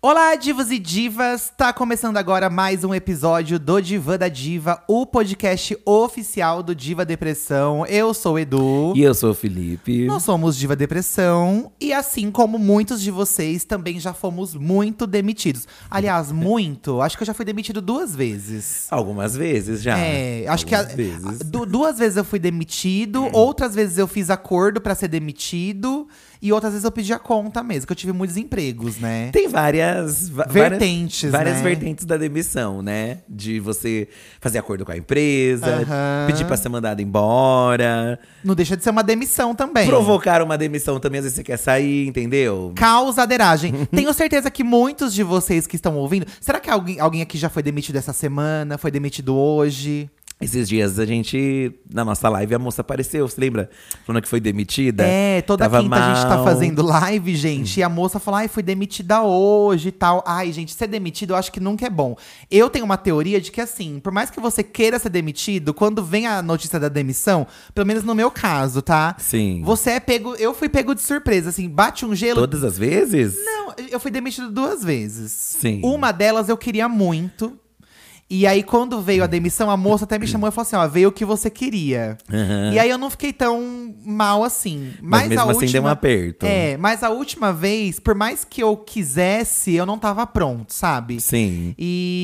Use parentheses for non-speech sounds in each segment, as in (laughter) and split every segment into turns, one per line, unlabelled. Olá, divos e divas! Tá começando agora mais um episódio do Divã da Diva, o podcast oficial do Diva Depressão. Eu sou o Edu.
E eu sou o Felipe.
Nós somos Diva Depressão e assim como muitos de vocês, também já fomos muito demitidos. Aliás,
(laughs)
muito. Acho que eu já fui demitido duas vezes.
Algumas vezes já. né?
É, acho que a-
Algumas vezes.
a-
É.
du- duas vezes eu fui demitido, outras vezes eu fiz acordo pra ser demitido e outras vezes eu pedi a conta mesmo, que eu tive muitos empregos, né?
Tem várias va-
Vertentes,
várias, várias
né?
vertentes da demissão, né? De você fazer acordo com a empresa,
Aham.
pedir pra ser mandado embora,
Não deixa de ser uma demissão também.
provocar uma demissão também, às vezes você quer sair, entendeu?
Causa
(laughs)
aderagem. Tenho certeza que muitos de vocês que estão ouvindo. Será que alguém, alguém aqui já foi demitido essa semana? Foi demitido hoje?
Esses dias a gente, na nossa live, a moça apareceu, você lembra? Falando que foi demitida.
É, toda
Né. Tava
quinta a gente tá
mal. Hum.
fazendo live, gente. E a moça fala, ai, fui demitida hoje e tal. Ai, gente, ser demitido eu acho que nunca é bom. Eu tenho uma teoria de que, assim, por mais que você queira ser demitido, quando vem a notícia da demissão, pelo menos no meu caso, tá?
Sim.
Você é pego. Eu fui pego de surpresa, assim, bate um gelo.
Todas as vezes?
Não, eu fui demitido duas vezes.
Sim.
Uma delas eu queria muito. E aí, quando veio a demissão, a moça até me chamou e falou assim: ó, veio o que você queria.
Aham.
E aí eu não fiquei tão mal assim. Mas,
Mas, mesmo
a
assim
última,
deu um aperto.
É, mas a última vez, por mais que eu quisesse, eu não tava pronto, sabe?
Sim.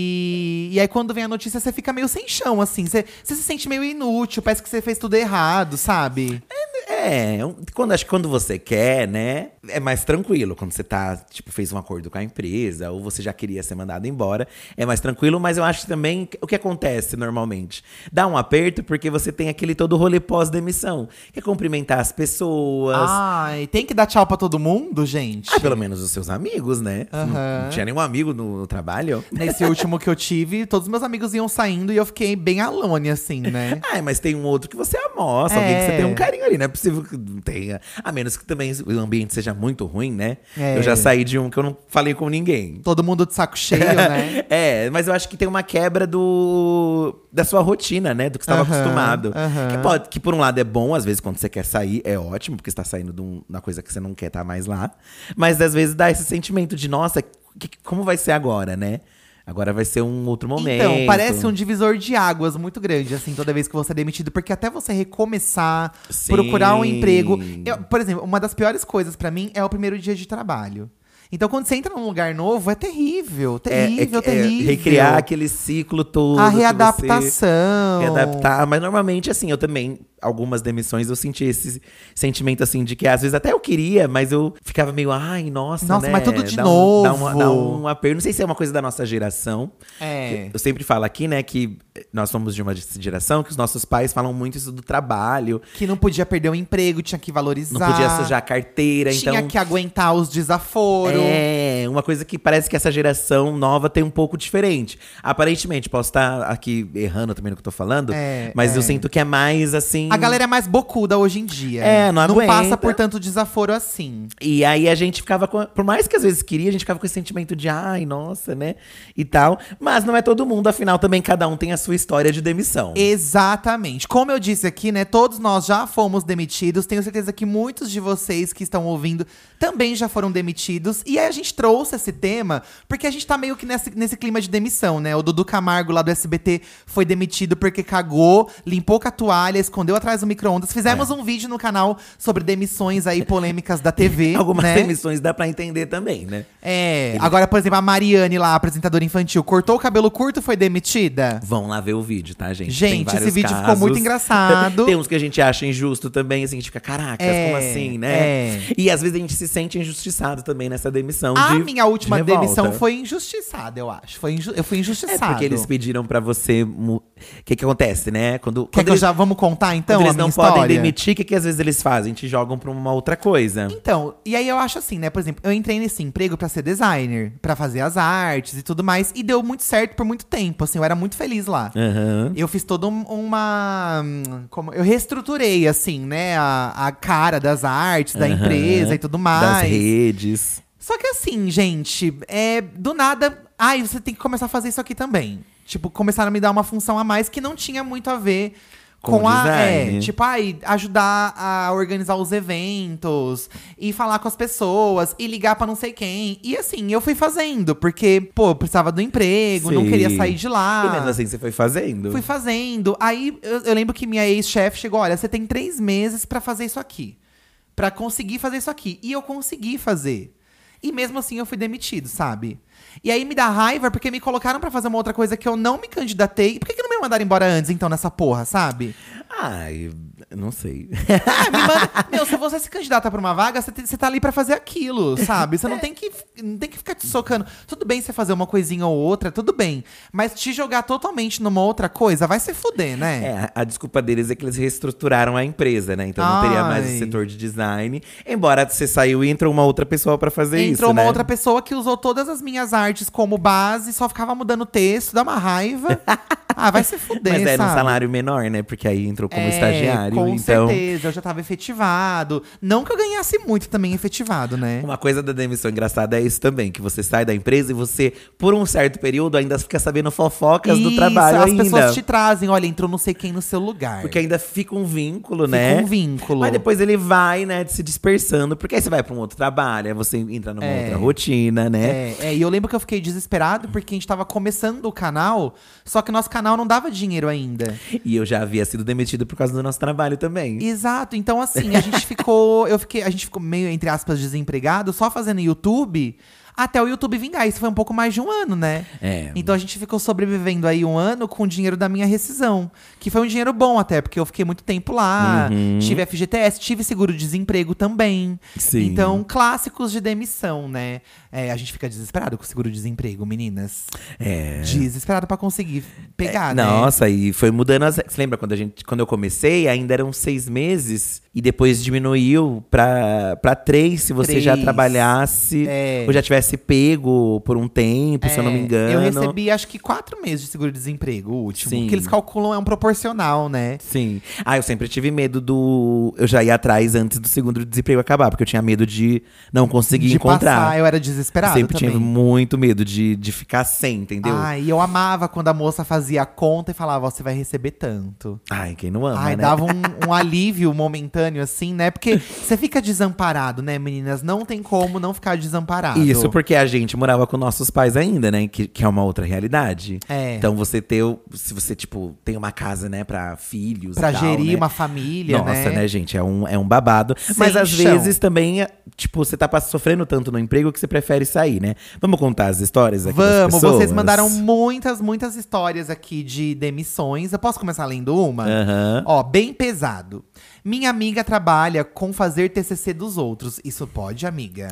E, e aí, quando vem a notícia, você fica meio sem chão, assim. Você, você se sente meio inútil, parece que você fez tudo errado, sabe?
É, um- quando, acho que quando você quer, né? É mais tranquilo. Quando você tá, tipo, fez um acordo com a empresa, ou você já queria ser mandado embora, é mais tranquilo. Mas eu acho que também que- o que acontece normalmente? Dá um aperto porque você tem aquele todo rolê pós-demissão. Que é cumprimentar as
Ah,
pessoas.
Ai, tem que dar tchau pra todo mundo, gente.
Ah, pelo menos os seus amigos, né? Não-
Aham.
Não tinha nenhum amigo no, no trabalho.
Nesse último que eu tive, todos os meus amigos iam saindo e eu fiquei bem alone, assim, né?
Ah, mas tem um outro que você amossa, alguém que
É.
você tem um carinho ali. Não é possível que não tenha. A menos que também o ambiente seja muito ruim, né?
É.
Eu já saí de um que eu não falei com ninguém.
Todo mundo de saco cheio,
(laughs)
né?
É, mas eu acho que tem uma quebra do da sua rotina, né? Do que você estava
Aham,
acostumado.
aham.
Que, pode, que por um lado é bom, às vezes quando você quer sair é ótimo, porque você tá saindo de um- uma coisa que você não quer estar mais lá. Mas às vezes dá esse sentimento de, nossa, que- como vai ser agora, né? Agora vai ser um outro momento.
Então, parece um divisor de águas muito grande, assim, toda vez que você é demitido. Porque até você recomeçar,
Sim.
procurar um emprego. Eu- por exemplo, uma das piores coisas pra mim é o primeiro dia de trabalho. Então, quando você entra num lugar novo, é terrível,
É,
terrível, terrível.
recriar aquele ciclo todo.
a
que você-
readaptação.
Readaptar, mas normalmente, assim, eu também, algumas demissões, eu senti esse sentimento, assim, de que às vezes até eu queria, mas eu ficava meio, ai, nossa,
Nossa,
né?
mas tudo de
dá um- dá uma-
novo.
dá um aperto. Não sei se é uma coisa da nossa geração.
É.
Eu sempre falo aqui, né, que nós somos de uma geração que os nossos pais falam muito isso do trabalho.
Que não podia perder o emprego, tinha que valorizar.
Não podia sujar a carteira,
Tinha
então…
que aguentar os desaforos.
É, uma coisa que parece que essa geração nova tem um pouco diferente. Aparentemente, posso estar aqui errando também no que eu tô falando,
É,
mas eu sinto que é mais assim.
A galera é mais bocuda hoje em dia.
É, não aguenta.
passa por tanto desaforo assim.
E aí a gente ficava com. Por mais que às vezes queria, a gente ficava com esse sentimento de ai, nossa, né? E tal. Mas não é todo mundo, afinal, também cada um tem a sua história de demissão.
Exatamente. Como eu disse aqui, né? Todos nós já fomos demitidos. Tenho certeza que muitos de vocês que estão ouvindo também já foram demitidos. E aí a gente trouxe esse tema porque a gente tá meio que nesse, nesse clima de demissão, né? O Dudu Camargo lá do SBT foi demitido porque cagou, limpou com a toalha, escondeu atrás do micro-ondas.
É.
Fizemos um vídeo no canal sobre demissões aí polêmicas da TV.
(laughs) Algumas
né?
demissões dá pra entender também, né?
É, agora, por exemplo, a Mariane lá, a apresentadora infantil, cortou o cabelo curto, foi demitida?
Vão lá ver o vídeo, tá, gente?
Gente,
Tem vários
esse vídeo ficou
casos.
muito engraçado.
(laughs) Tem uns que a gente acha injusto também, assim, a gente fica, caracas,
É,
como assim, né?
é. Ah,
E às vezes a gente se sente injustiçado também nessa demissão.
A
de-
minha última
de revolta.
demissão foi injustiçada, eu acho. Foi inju- eu fui
É
injustiçado.
porque eles pediram pra você. mu- O que que acontece, né? Quando,
Quer
quando
que eu
eles-
já vamos contar então
Quando
a
eles
minha
não
história?
podem demitir, o que, que às vezes eles fazem? Te jogam pra uma outra coisa.
Então, e aí eu acho assim, né? Por exemplo, eu entrei nesse emprego pra ser designer, pra fazer as artes e tudo mais, e deu muito certo por muito tempo, assim, eu era muito feliz lá.
É. Aham.
Eu fiz toda um- uma. hum, Como, eu reestruturei, assim, né? A, a cara das artes, da
Aham.
empresa e tudo mais.
Das redes.
Só que assim, gente, é, do nada. Ai, você tem que começar a fazer isso aqui também. Tipo, começaram a me dar uma função a mais que não tinha muito a ver Com,
Com
a. É,
design.
tipo, ai, ajudar a organizar os eventos e falar com as pessoas e ligar pra não sei quem. E assim, eu fui fazendo, porque, pô, eu precisava do emprego, não
Sim.
queria sair de lá.
E mesmo assim você foi fazendo.
Fui fazendo. Aí eu, eu lembro que minha ex-chefe chegou: olha, você tem três meses pra fazer isso aqui. Pra conseguir fazer isso aqui. E eu consegui fazer. E mesmo assim eu fui demitido, sabe? E aí me dá raiva porque me colocaram pra fazer uma outra coisa que eu não me candidatei. Por que, que não me mandaram embora antes, então, nessa porra, (laughs) sabe?
Ai, não sei.
Ah, me manda. Meu, se você se candidata pra uma vaga, você, te- você tá ali pra fazer aquilo, sabe? Você não tem que, não tem que ficar te socando. Tudo bem você fazer uma coisinha ou outra, tudo bem. Mas te jogar totalmente numa outra coisa, vai se fuder, né?
É, a- a desculpa deles é que eles reestruturaram a empresa, né? Então não teria mais
Ai.
o setor de design. Embora você saiu e entrou uma outra pessoa pra fazer isso,
Entrou uma
né?
outra pessoa que usou todas as minhas artes como base, só ficava mudando o texto, dá uma
(laughs)
raiva. ah, vai se fuder,
Mas era um
sabe?
salário menor, né? Porque aí entrou como
É,
estagiário.
Com
então,
certeza, eu já tava efetivado. Não que eu ganhasse muito também efetivado, né?
uma coisa da demissão engraçada é isso também: que você sai da empresa e você, por um certo período, ainda fica sabendo fofocas do
Isso,
trabalho
As
ainda.
pessoas te trazem, olha, entrou não sei quem no seu lugar.
Porque ainda fica um vínculo,
Fica
né?
um vínculo.
Mas depois ele vai, né, se dispersando. Porque aí você vai pra um outro trabalho, aí você entra numa
É.
outra rotina, né?
É, é, e eu lembro que eu fiquei desesperado porque a gente tava começando o canal, só que nosso canal não dava dinheiro ainda.
E eu já havia sido demitido por causa do nosso trabalho também.
Exato. Então, assim, a
(laughs)
gente ficou. Eu fiquei. A gente ficou meio, entre aspas, desempregado, só fazendo YouTube. Até o YouTube vingar. Isso foi um pouco mais de um ano, né?
É.
Então a gente ficou sobrevivendo aí um ano com o dinheiro da minha rescisão. Que foi um dinheiro bom até, porque eu fiquei muito tempo lá.
Uhum.
Tive FGTS, tive seguro-desemprego também.
Sim.
Então, clássicos de demissão, né? É, a gente fica desesperado com o seguro-desemprego, meninas.
É.
Desesperado pra conseguir pegar, né?
Nossa, e foi mudando as. Você lembra quando, a gente, quando eu comecei, ainda eram seis meses e depois diminuiu pra, pra três se você já
Três.
trabalhasse
É.
ou já tivesse pego por um tempo, se eu não me
É,
engano.
Eu recebi acho que quatro meses de seguro-desemprego, o último.
Sim.
Porque eles calculam, é um proporcional, né?
Sim. Ah, eu sempre tive medo do. Eu já ia atrás antes do segundo desemprego acabar, porque eu tinha medo de não conseguir
de
encontrar.
passar, eu era desesperado
sempre
também.
tive muito medo de, de ficar sem, entendeu? Ai,
Ai, eu amava quando a moça fazia a conta e falava, "Ó, você vai receber tanto.
quem não ama,
Ai,
né?
dava
(laughs)
um, um alívio momentâneo, assim, né? Porque você fica desamparado, né, meninas? Não tem como não ficar desamparado.
Isso porque a gente morava com nossos pais ainda, né? Que, que é uma outra realidade.
É.
Então você ter. o- Se você, tipo, tem uma casa, né, pra filhos.
Pra
e tal,
gerir
né?
uma família, né? então.
Nossa, né, gente? É um, é um babado. Mas às
chão.
vezes também, é, tipo, você tá pass- sofrendo tanto no emprego que você prefere sair, né? Vamos contar as histórias aqui das
Vamos,
pessoas?
vocês mandaram muitas, muitas histórias aqui de demissões. Eu posso começar lendo uma?
Aham.
Ó, bem pesado. Minha amiga trabalha com fazer TCC dos outros. Isso pode, amiga?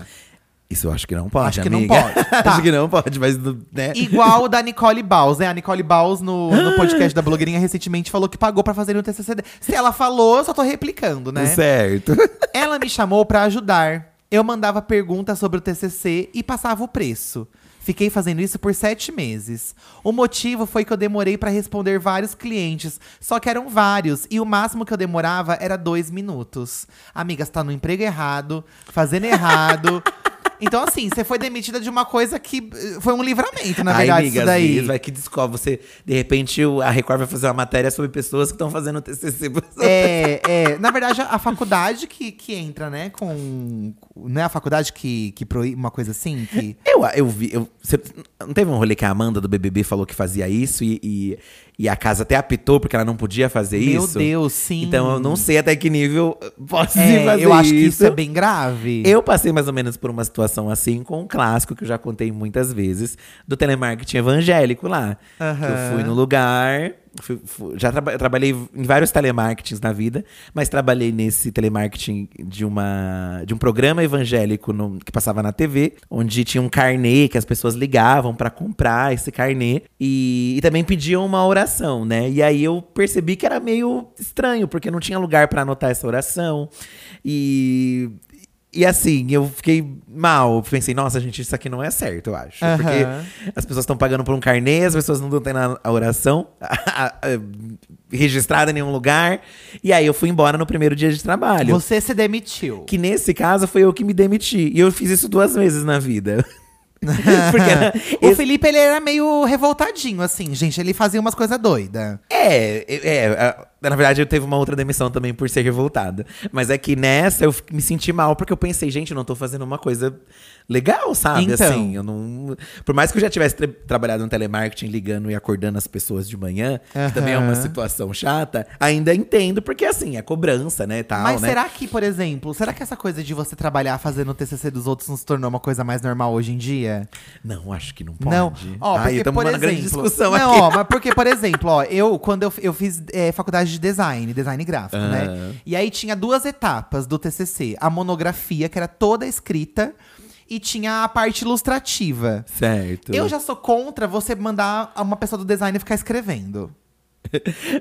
Isso eu acho que não pode,
Acho que não
amiga.
pode. Tá.
(laughs) acho que não pode, mas, né?
Igual o da Nicole Baus, né? A Nicole Baus, no, no podcast da blogueirinha, recentemente falou que pagou pra fazer um o TCC. dela. Se ela falou, eu só tô replicando, né?
Certo.
Ela me chamou pra ajudar. Eu mandava perguntas sobre o TCC e passava o preço. Fiquei fazendo isso por sete meses. O motivo foi que eu demorei pra responder vários clientes, só que eram vários e o máximo que eu demorava era dois minutos. Amiga, você tá no emprego errado, fazendo
(laughs)
errado. Então, assim, você foi demitida de uma coisa que eh, foi um livramento, na
Ai,
verdade,
amiga,
isso
às
daí.
vezes vai que descobre. Você, de repente, o- a Record vai fazer uma matéria sobre pessoas que estão fazendo TCC.
(laughs) É, é. Na verdade, a a faculdade que, que entra, né? Com. Não é a faculdade que, que proíbe uma coisa assim? Que.
(laughs) Eu, eu vi. Eu, cê- não teve um rolê que a Amanda do BBB falou que fazia isso e, e, e a casa até apitou porque ela não podia fazer
Meu
É isso?
Deus, sim.
Então eu não sei até que nível pode se
É,
fazer
eu acho que isso é bem grave.
Eu passei mais ou menos por uma situação assim com um clássico que eu já contei muitas vezes do telemarketing evangélico lá.
Aham.
Que Eu fui no lugar. fui- fui- já traba- eu trabalhei em vários telemarketings na vida, mas trabalhei nesse telemarketing de, uma, de um programa evangélico no- que passava na TV, onde tinha um carnê que as pessoas ligavam pra comprar esse carnê e, e também pediam uma oração, né? E aí eu percebi que era meio estranho, porque não tinha lugar pra anotar essa oração. E e assim, eu fiquei mal. Pensei, nossa, gente, isso aqui não é certo, eu acho.
Aham.
Porque as pessoas estão pagando por um carnê, as pessoas não estão tendo a- a oração eh, registrada em nenhum lugar. E aí eu fui embora no primeiro dia de trabalho.
Você se demitiu.
Que (laughs) nesse caso foi eu que me demiti. E eu fiz isso duas vezes na vida. Porque era- (laughs)
O Felipe, ele era meio revoltadinho, assim, gente. Ele fazia umas coisas doidas.
É, é, é, Na verdade, eu teve uma outra demissão também por ser revoltada. Mas é que nessa eu fiquei- me senti mal, porque eu pensei, gente, eu não tô fazendo uma coisa legal, sabe?
Então.
Assim, eu não. Por mais que eu já tivesse tra- trabalhado no telemarketing, ligando e acordando as pessoas de manhã,
Aham.
que também é uma situação chata, ainda entendo, porque assim, é cobrança, né? Tal,
Mas
né?
será que, por exemplo, será que essa coisa de você trabalhar fazendo o TCC dos outros não se tornou uma coisa mais normal hoje em dia?
Não, acho que não pode.
Não, ó,
Ai,
porque,
estamos
por
numa
exemplo,
grande discussão
não,
aqui.
ó, mas porque, por exemplo, ó, eu, quando eu, eu fiz eh, faculdade de design, design gráfico, né?
Aham.
E aí tinha duas etapas do TCC. A monografia, que era toda escrita, e tinha a parte ilustrativa.
Certo.
Eu já sou contra você mandar uma pessoa do design ficar escrevendo.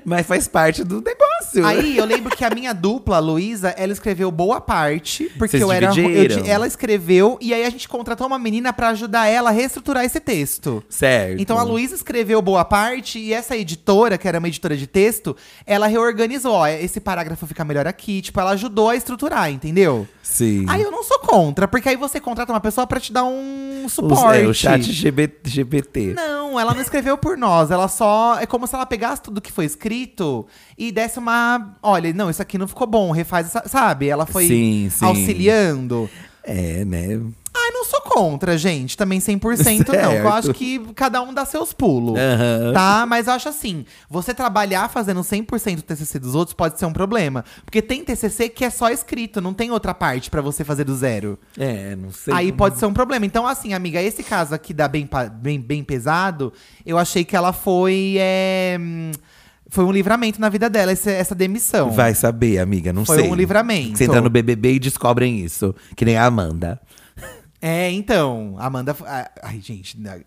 Mas faz parte do negócio.
Aí eu lembro que a minha dupla, a Luísa, ela escreveu boa parte, porque
Vocês
eu era. ru- Eu,
dividiram.
di- ela escreveu, e aí a gente contratou uma menina pra ajudar ela a reestruturar esse texto.
Certo.
Então a Luísa escreveu boa parte e essa editora, que era uma editora de texto, ela reorganizou. Ó, esse parágrafo fica melhor aqui. Tipo, ela ajudou a estruturar, entendeu?
Sim.
Aí eu não sou contra, porque aí você contrata uma pessoa pra te dar um
Os-
suporte.
é, o chat GB GPT.
Não, ela não escreveu por nós. Ela só. É como se ela pegasse tudo que foi escrito e desse uma. Olha, não, isso aqui não ficou bom, refaz, essa- sabe? Ela foi
Sim, sim.
auxiliando.
É, né?
Ah, eu não sou contra, gente, também
(laughs)
100% não. Eu
Certo.
acho que cada um dá seus pulos.
Aham.
Tá, mas eu acho assim, você trabalhar fazendo 100% do TCC dos outros pode ser um problema. Porque tem TCC que é só escrito, não tem outra parte pra você fazer do zero.
É, não sei.
Aí pode ser um problema. Então, assim, amiga, esse caso aqui da bem, pa- bem, bem pesado, eu achei que ela foi. é, hum, foi um livramento na vida dela, esse- essa demissão.
Vai saber, amiga, não
Foi
sei.
um livramento.
Você entra no BBB e descobrem isso. Que nem a Amanda.
É, então. Amanda. f- ah, Ai, gente, na-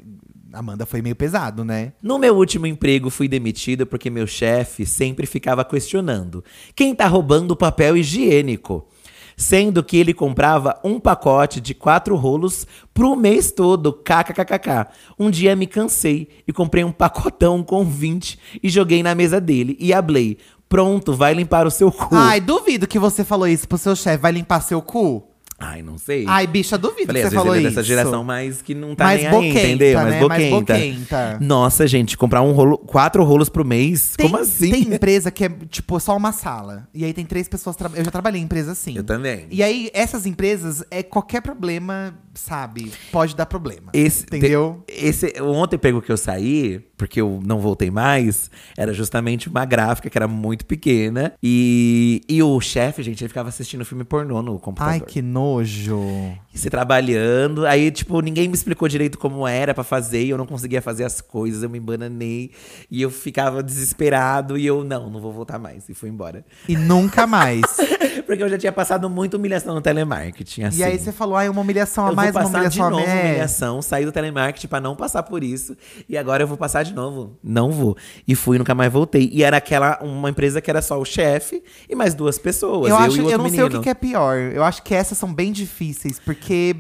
Amanda foi meio pesado, né?
No meu último emprego, fui demitida porque meu chefe sempre ficava questionando: quem tá roubando o papel higiênico? Sendo que ele comprava um pacote de quatro rolos pro mês todo, kkkk. Um dia me cansei e comprei um pacotão com 20 e joguei na mesa dele e ablei. Pronto, vai limpar o seu cu.
Ai, duvido que você falou isso pro seu chefe. Vai limpar seu cu?
Ai, não sei.
Ai, bicha, duvido
Falei,
que
às
você
vezes
falou
ele é
isso.
dessa geração mais que não tá
Mais
nem
boquenta,
aí, entendeu?
né?
Mais
Mais
boquenta.
boquenta.
Nossa, gente, comprar um rolo, quatro rolos pro mês,
Tem,
como assim?
Tem empresa que é, tipo, só uma sala. E aí tem três pessoas trabalhando. Eu já trabalhei em empresa assim.
Eu também.
E aí, essas empresas, é qualquer problema, sabe? Pode dar problema.
Esse,
entendeu?
te- um esse, o ontem pego que eu saí, porque eu não voltei mais, era justamente uma gráfica que era muito pequena. E, e o chefe, gente, ele ficava assistindo filme pornô no computador.
Ai, que nojo.
E se trabalhando. Aí, tipo, ninguém me explicou direito como era pra fazer. E eu não conseguia fazer as coisas, eu me embananei. E eu ficava desesperado. E eu, não, não vou voltar mais. E fui embora. (laughs)
E nunca mais.
Porque eu já tinha passado muita humilhação no telemarketing, assim.
e aí você falou, ai, uma humilhação a
eu
mais,
vou
uma
passar de
humilhação a
novo
mais.
humilhação, saí do telemarketing pra não passar por isso. E agora eu vou passar de novo. Não vou. E fui, nunca mais voltei. E era aquela, uma empresa que era só o chefe e mais duas pessoas.
Eu,
Eu,
acho,
e
eu
outro
não sei
menino.
o que, que é pior. Eu acho que essas são bem difíceis, porque.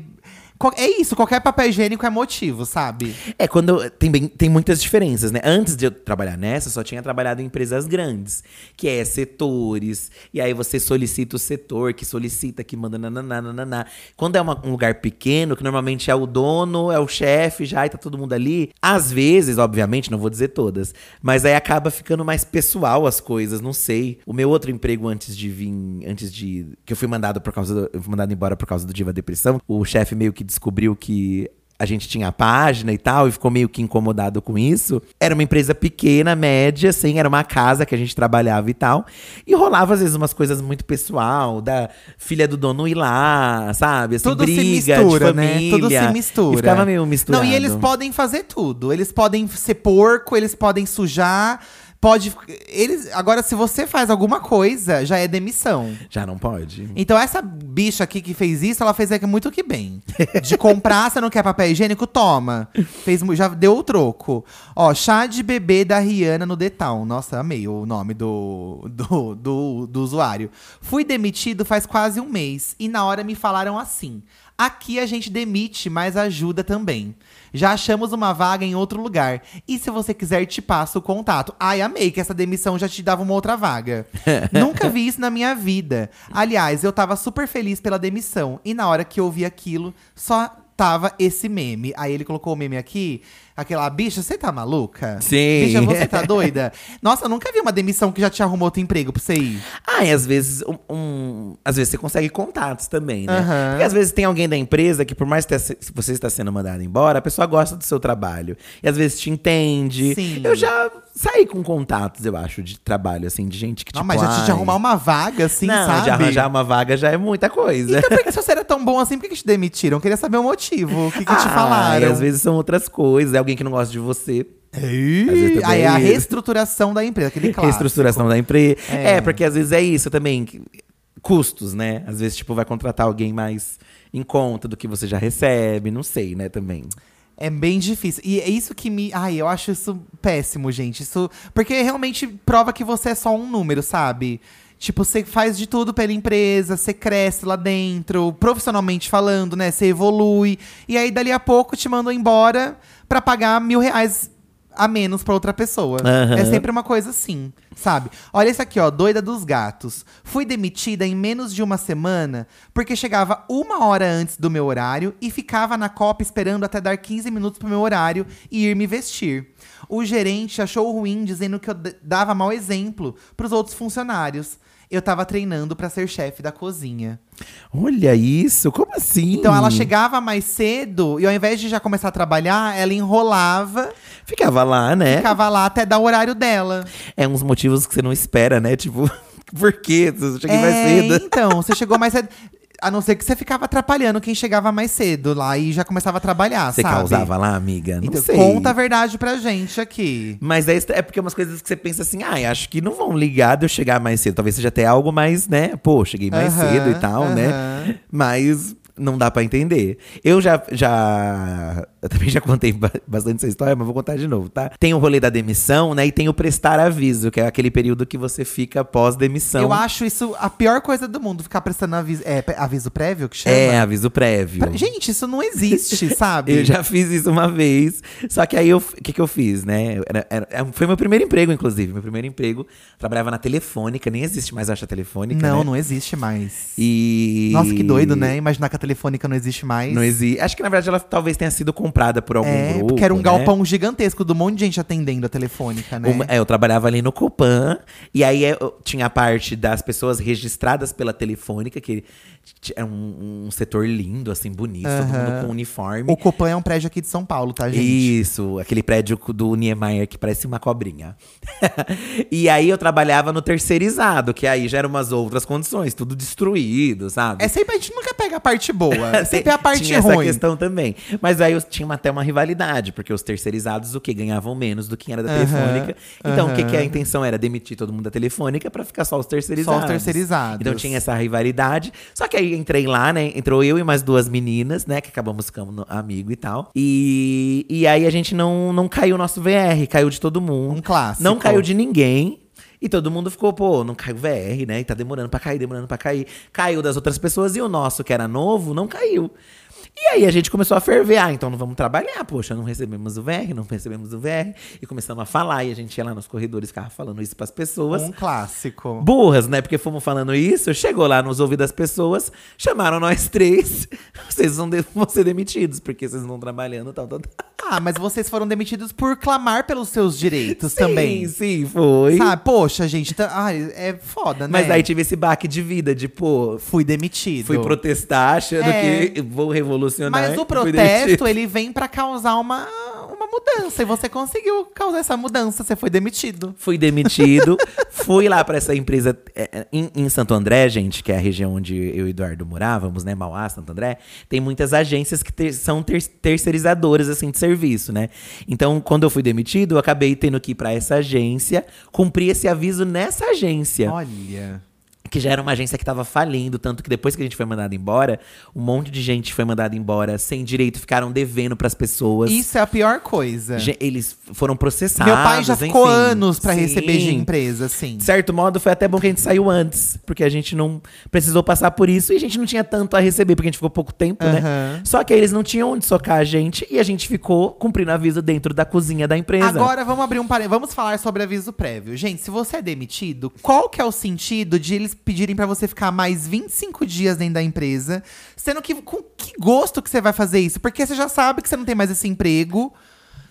qual- É isso, qualquer papel higiênico é motivo, sabe?
É, quando. eu- Tem, bem, tem muitas diferenças, né? Antes de eu trabalhar nessa, eu só tinha trabalhado em empresas grandes, que é setores. E aí você solicita o setor, que solicita, que manda nananá, nananá. Quando é uma- um lugar pequeno, que normalmente é o dono, é o chefe já, e tá todo mundo ali. Às vezes, obviamente, não vou dizer todas, mas aí acaba ficando mais pessoal as coisas, não sei. O meu outro emprego antes de vir. Antes de. Que eu fui mandado por causa. do- eu fui mandado embora por causa do Diva Depressão, o chefe meio que descobriu que a gente tinha a página e tal, e ficou meio que incomodado com isso. Era uma empresa pequena, média, assim, era uma casa que a gente trabalhava e tal. E rolava, às vezes, umas coisas muito pessoal, da filha do dono ir lá, sabe? Assim,
Tudo
briga,
se
de
mistura, né?
família.
Tudo se mistura.
E ficava meio misturado.
Não, e eles podem fazer tudo. Eles podem ser porco, eles podem sujar. Pode. Eles, agora, se você faz alguma coisa, já é demissão.
Já não pode?
Então, essa bicha aqui que fez isso, ela fez aqui muito que bem. De comprar, você não quer papel higiênico? Toma. Fez, mu- já deu o troco. Ó, chá de bebê da Rihanna no Detal. Nossa, amei o nome do, do, do, do usuário. Fui demitido faz quase um mês e na hora me falaram assim. Aqui a gente demite, mas ajuda também. Já achamos uma vaga em outro lugar. E se você quiser, te passo o contato. Ai, amei que essa demissão já te dava uma outra
(laughs)
vaga. Nunca vi isso na minha vida. Aliás, eu tava super feliz pela demissão. E na hora que eu vi aquilo, só tava esse meme. Aí ele colocou o meme aqui, aquela, bicha, você tá maluca?
Sim.
Bicha,
(laughs)
você tá doida? Nossa, eu nunca vi uma demissão que já te arrumou outro emprego pra você ir.
Ah, e às vezes, um, um- às vezes você consegue contatos também, né?
Aham.
Porque às vezes tem alguém da empresa que, por mais que te- se você está sendo mandado embora, a pessoa gosta do seu trabalho. E às vezes te entende.
Sim.
Eu já saí com contatos, eu acho, de trabalho, assim, de gente que
Não,
tipo,
mas já te de
ai,
arrumar uma vaga, assim,
não,
sabe?
de arranjar uma vaga já é muita coisa.
Então por que se você era tão bom assim, por que que te demitiram? Eu queria saber o motivo, o que, que te
Ah,
falaram.
E às vezes são outras coisas. É alguém que não gosta de você.
Ih,
às vezes também
aí é a
isso.
reestruturação da empresa, aquele clássico.
Reestruturação da empresa.
É.
É. porque às vezes é isso também. que- Custos, né? Às vezes, tipo, vai contratar alguém mais em conta do que você já recebe. Não sei, né, também.
É bem difícil. E é isso que me. Ai, eu acho isso péssimo, gente. Isso. Porque realmente prova que você é só um número, sabe? Tipo, você faz de tudo pela empresa, você cresce lá dentro, profissionalmente falando, né? Você evolui. E aí, dali a pouco, te mandam embora pra pagar mil reais a menos pra outra pessoa.
Aham.
É sempre uma coisa assim, sabe? Olha esse aqui, ó, doida dos gatos. Fui demitida em menos de uma semana porque chegava uma hora antes do meu horário e ficava na copa esperando até dar 15 minutos pro meu horário e ir me vestir. O gerente achou ruim, dizendo que eu d- dava mau exemplo pros outros funcionários. Eu tava treinando pra ser chefe da cozinha.
Olha isso, como assim?
Então ela chegava mais cedo e ao invés de já começar a trabalhar, ela enrolava,
Ficava lá, né?
ficava lá até dar o horário dela.
É uns motivos que você não espera, né? Tipo, (laughs) por quê? Você chega mais
É,
cedo.
Então, você chegou mais cedo. A não ser que você ficava atrapalhando quem chegava mais cedo lá e já começava a trabalhar,
Você
sabe?
causava lá, amiga? Não
Então,
sei.
conta a verdade pra gente aqui.
Mas é, estra- é porque umas coisas que você pensa assim, ai, acho que não vão ligar de eu chegar mais cedo. Talvez seja até algo mais, né? Pô, cheguei mais
Aham,
cedo e tal,
aham.
né? Mas não dá pra entender. Eu já, já. Eu também já contei ba- bastante essa história, mas vou contar de novo, tá? Tem o rolê da demissão, né? E tem o prestar aviso, que é aquele período que você fica pós-demissão.
Eu acho isso a pior coisa do mundo, ficar prestando aviso, é, pe- aviso prévio que chama.
É, aviso prévio.
Pra- Gente, isso não
(laughs)
existe, sabe?
Eu já fiz isso uma vez. Só que aí, eu- o que, que eu fiz, né? Eu era- era- é, foi meu primeiro emprego, inclusive. Meu primeiro emprego. Trabalhava na Telefônica. Nem existe mais, eu acho, a Telefônica,
Não,
né?
não existe mais.
E...
Nossa, que doido, né? Imaginar que a telefônica não existe mais.
Não existe. Acho que, na verdade, ela talvez tenha sido comprada por algum
é,
grupo,
porque era um
né?
galpão gigantesco do monte de gente atendendo a telefônica, né?
Uma- é, eu trabalhava ali no Copan, e aí é, eu- tinha a parte das pessoas registradas pela telefônica, que t- é um, um setor lindo, assim, bonito, todo mundo com uniforme.
O Copan é um prédio aqui de São Paulo, tá, gente?
Isso, aquele prédio co- do Niemeyer que parece uma cobrinha. (laughs) e aí eu trabalhava no terceirizado, que aí já eram umas outras condições, tudo destruído, sabe?
É sempre, a gente nunca pega a parte
(laughs)
boa. (laughs) sempre é a parte
Tinha
ruim.
essa questão também. Mas aí eu tinha uma- até uma rivalidade, porque os terceirizados o que ganhavam menos do que era da
Aham,
telefônica. Então o que, que a
aham.
intenção era demitir todo mundo da telefônica pra ficar só os terceirizados.
terceirizados.
Então tinha essa rivalidade. Só que aí entrei lá, né? Entrou eu e mais duas meninas, né, que acabamos ficando amigo e tal. E, e aí a gente não não caiu o nosso VR, caiu de todo mundo.
Um clássico.
Não caiu de ninguém. E todo mundo ficou, pô, não caiu VR, né? E tá demorando pra cair, demorando pra cair. Caiu das outras pessoas e o nosso, que era novo, não caiu. E aí a gente começou a ferver, ah, então não vamos trabalhar, poxa, não recebemos o VR, não recebemos o VR. E começamos a falar, e a gente ia lá nos corredores, ficava falando isso pras pessoas.
Um clássico.
Burras, né? Porque fomos falando isso, chegou lá nos ouvidos das pessoas, chamaram nós três, (laughs) vocês vão, de- vão ser demitidos, porque vocês não estão trabalhando, tal, tal, tal.
Ah, mas vocês foram demitidos por clamar pelos seus direitos também.
Sim, sim, foi.
Sabe? Poxa, gente, tá, ai, é foda, né?
Mas aí tive esse baque de vida, de pô,
fui demitido.
fui protestar achando
É.
que vou revolucionar.
Mas
fui
o
demitido.
protesto, ele vem pra causar uma, uma mudança. E você conseguiu causar essa mudança, você foi demitido.
(laughs) Fui demitido, fui lá pra essa empresa é, é, em, em Santo André, gente, que é a região onde eu e o Eduardo morávamos, né? Mauá, Santo André. Tem muitas agências que ter- são ter- terceirizadoras, assim, de serviço, né? Então, quando eu fui demitido, eu acabei tendo que ir pra essa agência, cumprir esse aviso nessa agência
Olha.
que já era uma agência que tava falindo, tanto que depois que a gente foi mandado embora, um monte de gente foi mandada embora sem direito, ficaram devendo pras pessoas.
Isso é a pior coisa.
Ge- Eles foram processados.
Meu pai já ficou
enfim.
anos pra receber de
Sim.
empresa, assim.
De certo modo, foi até bom que a gente saiu antes, porque a gente não precisou passar por isso e a gente não tinha tanto a receber, porque a gente ficou pouco tempo, né?
Aham.
Só que aí eles não tinham onde socar a gente e a gente ficou cumprindo aviso dentro da cozinha da empresa.
Agora vamos abrir um parênteses. Vamos falar sobre aviso prévio. Gente, se você é demitido, qual que é o sentido de eles pedirem pra você ficar mais 25 dias dentro da empresa, sendo que com que gosto que você vai fazer isso? Porque você já sabe que você não tem mais esse emprego.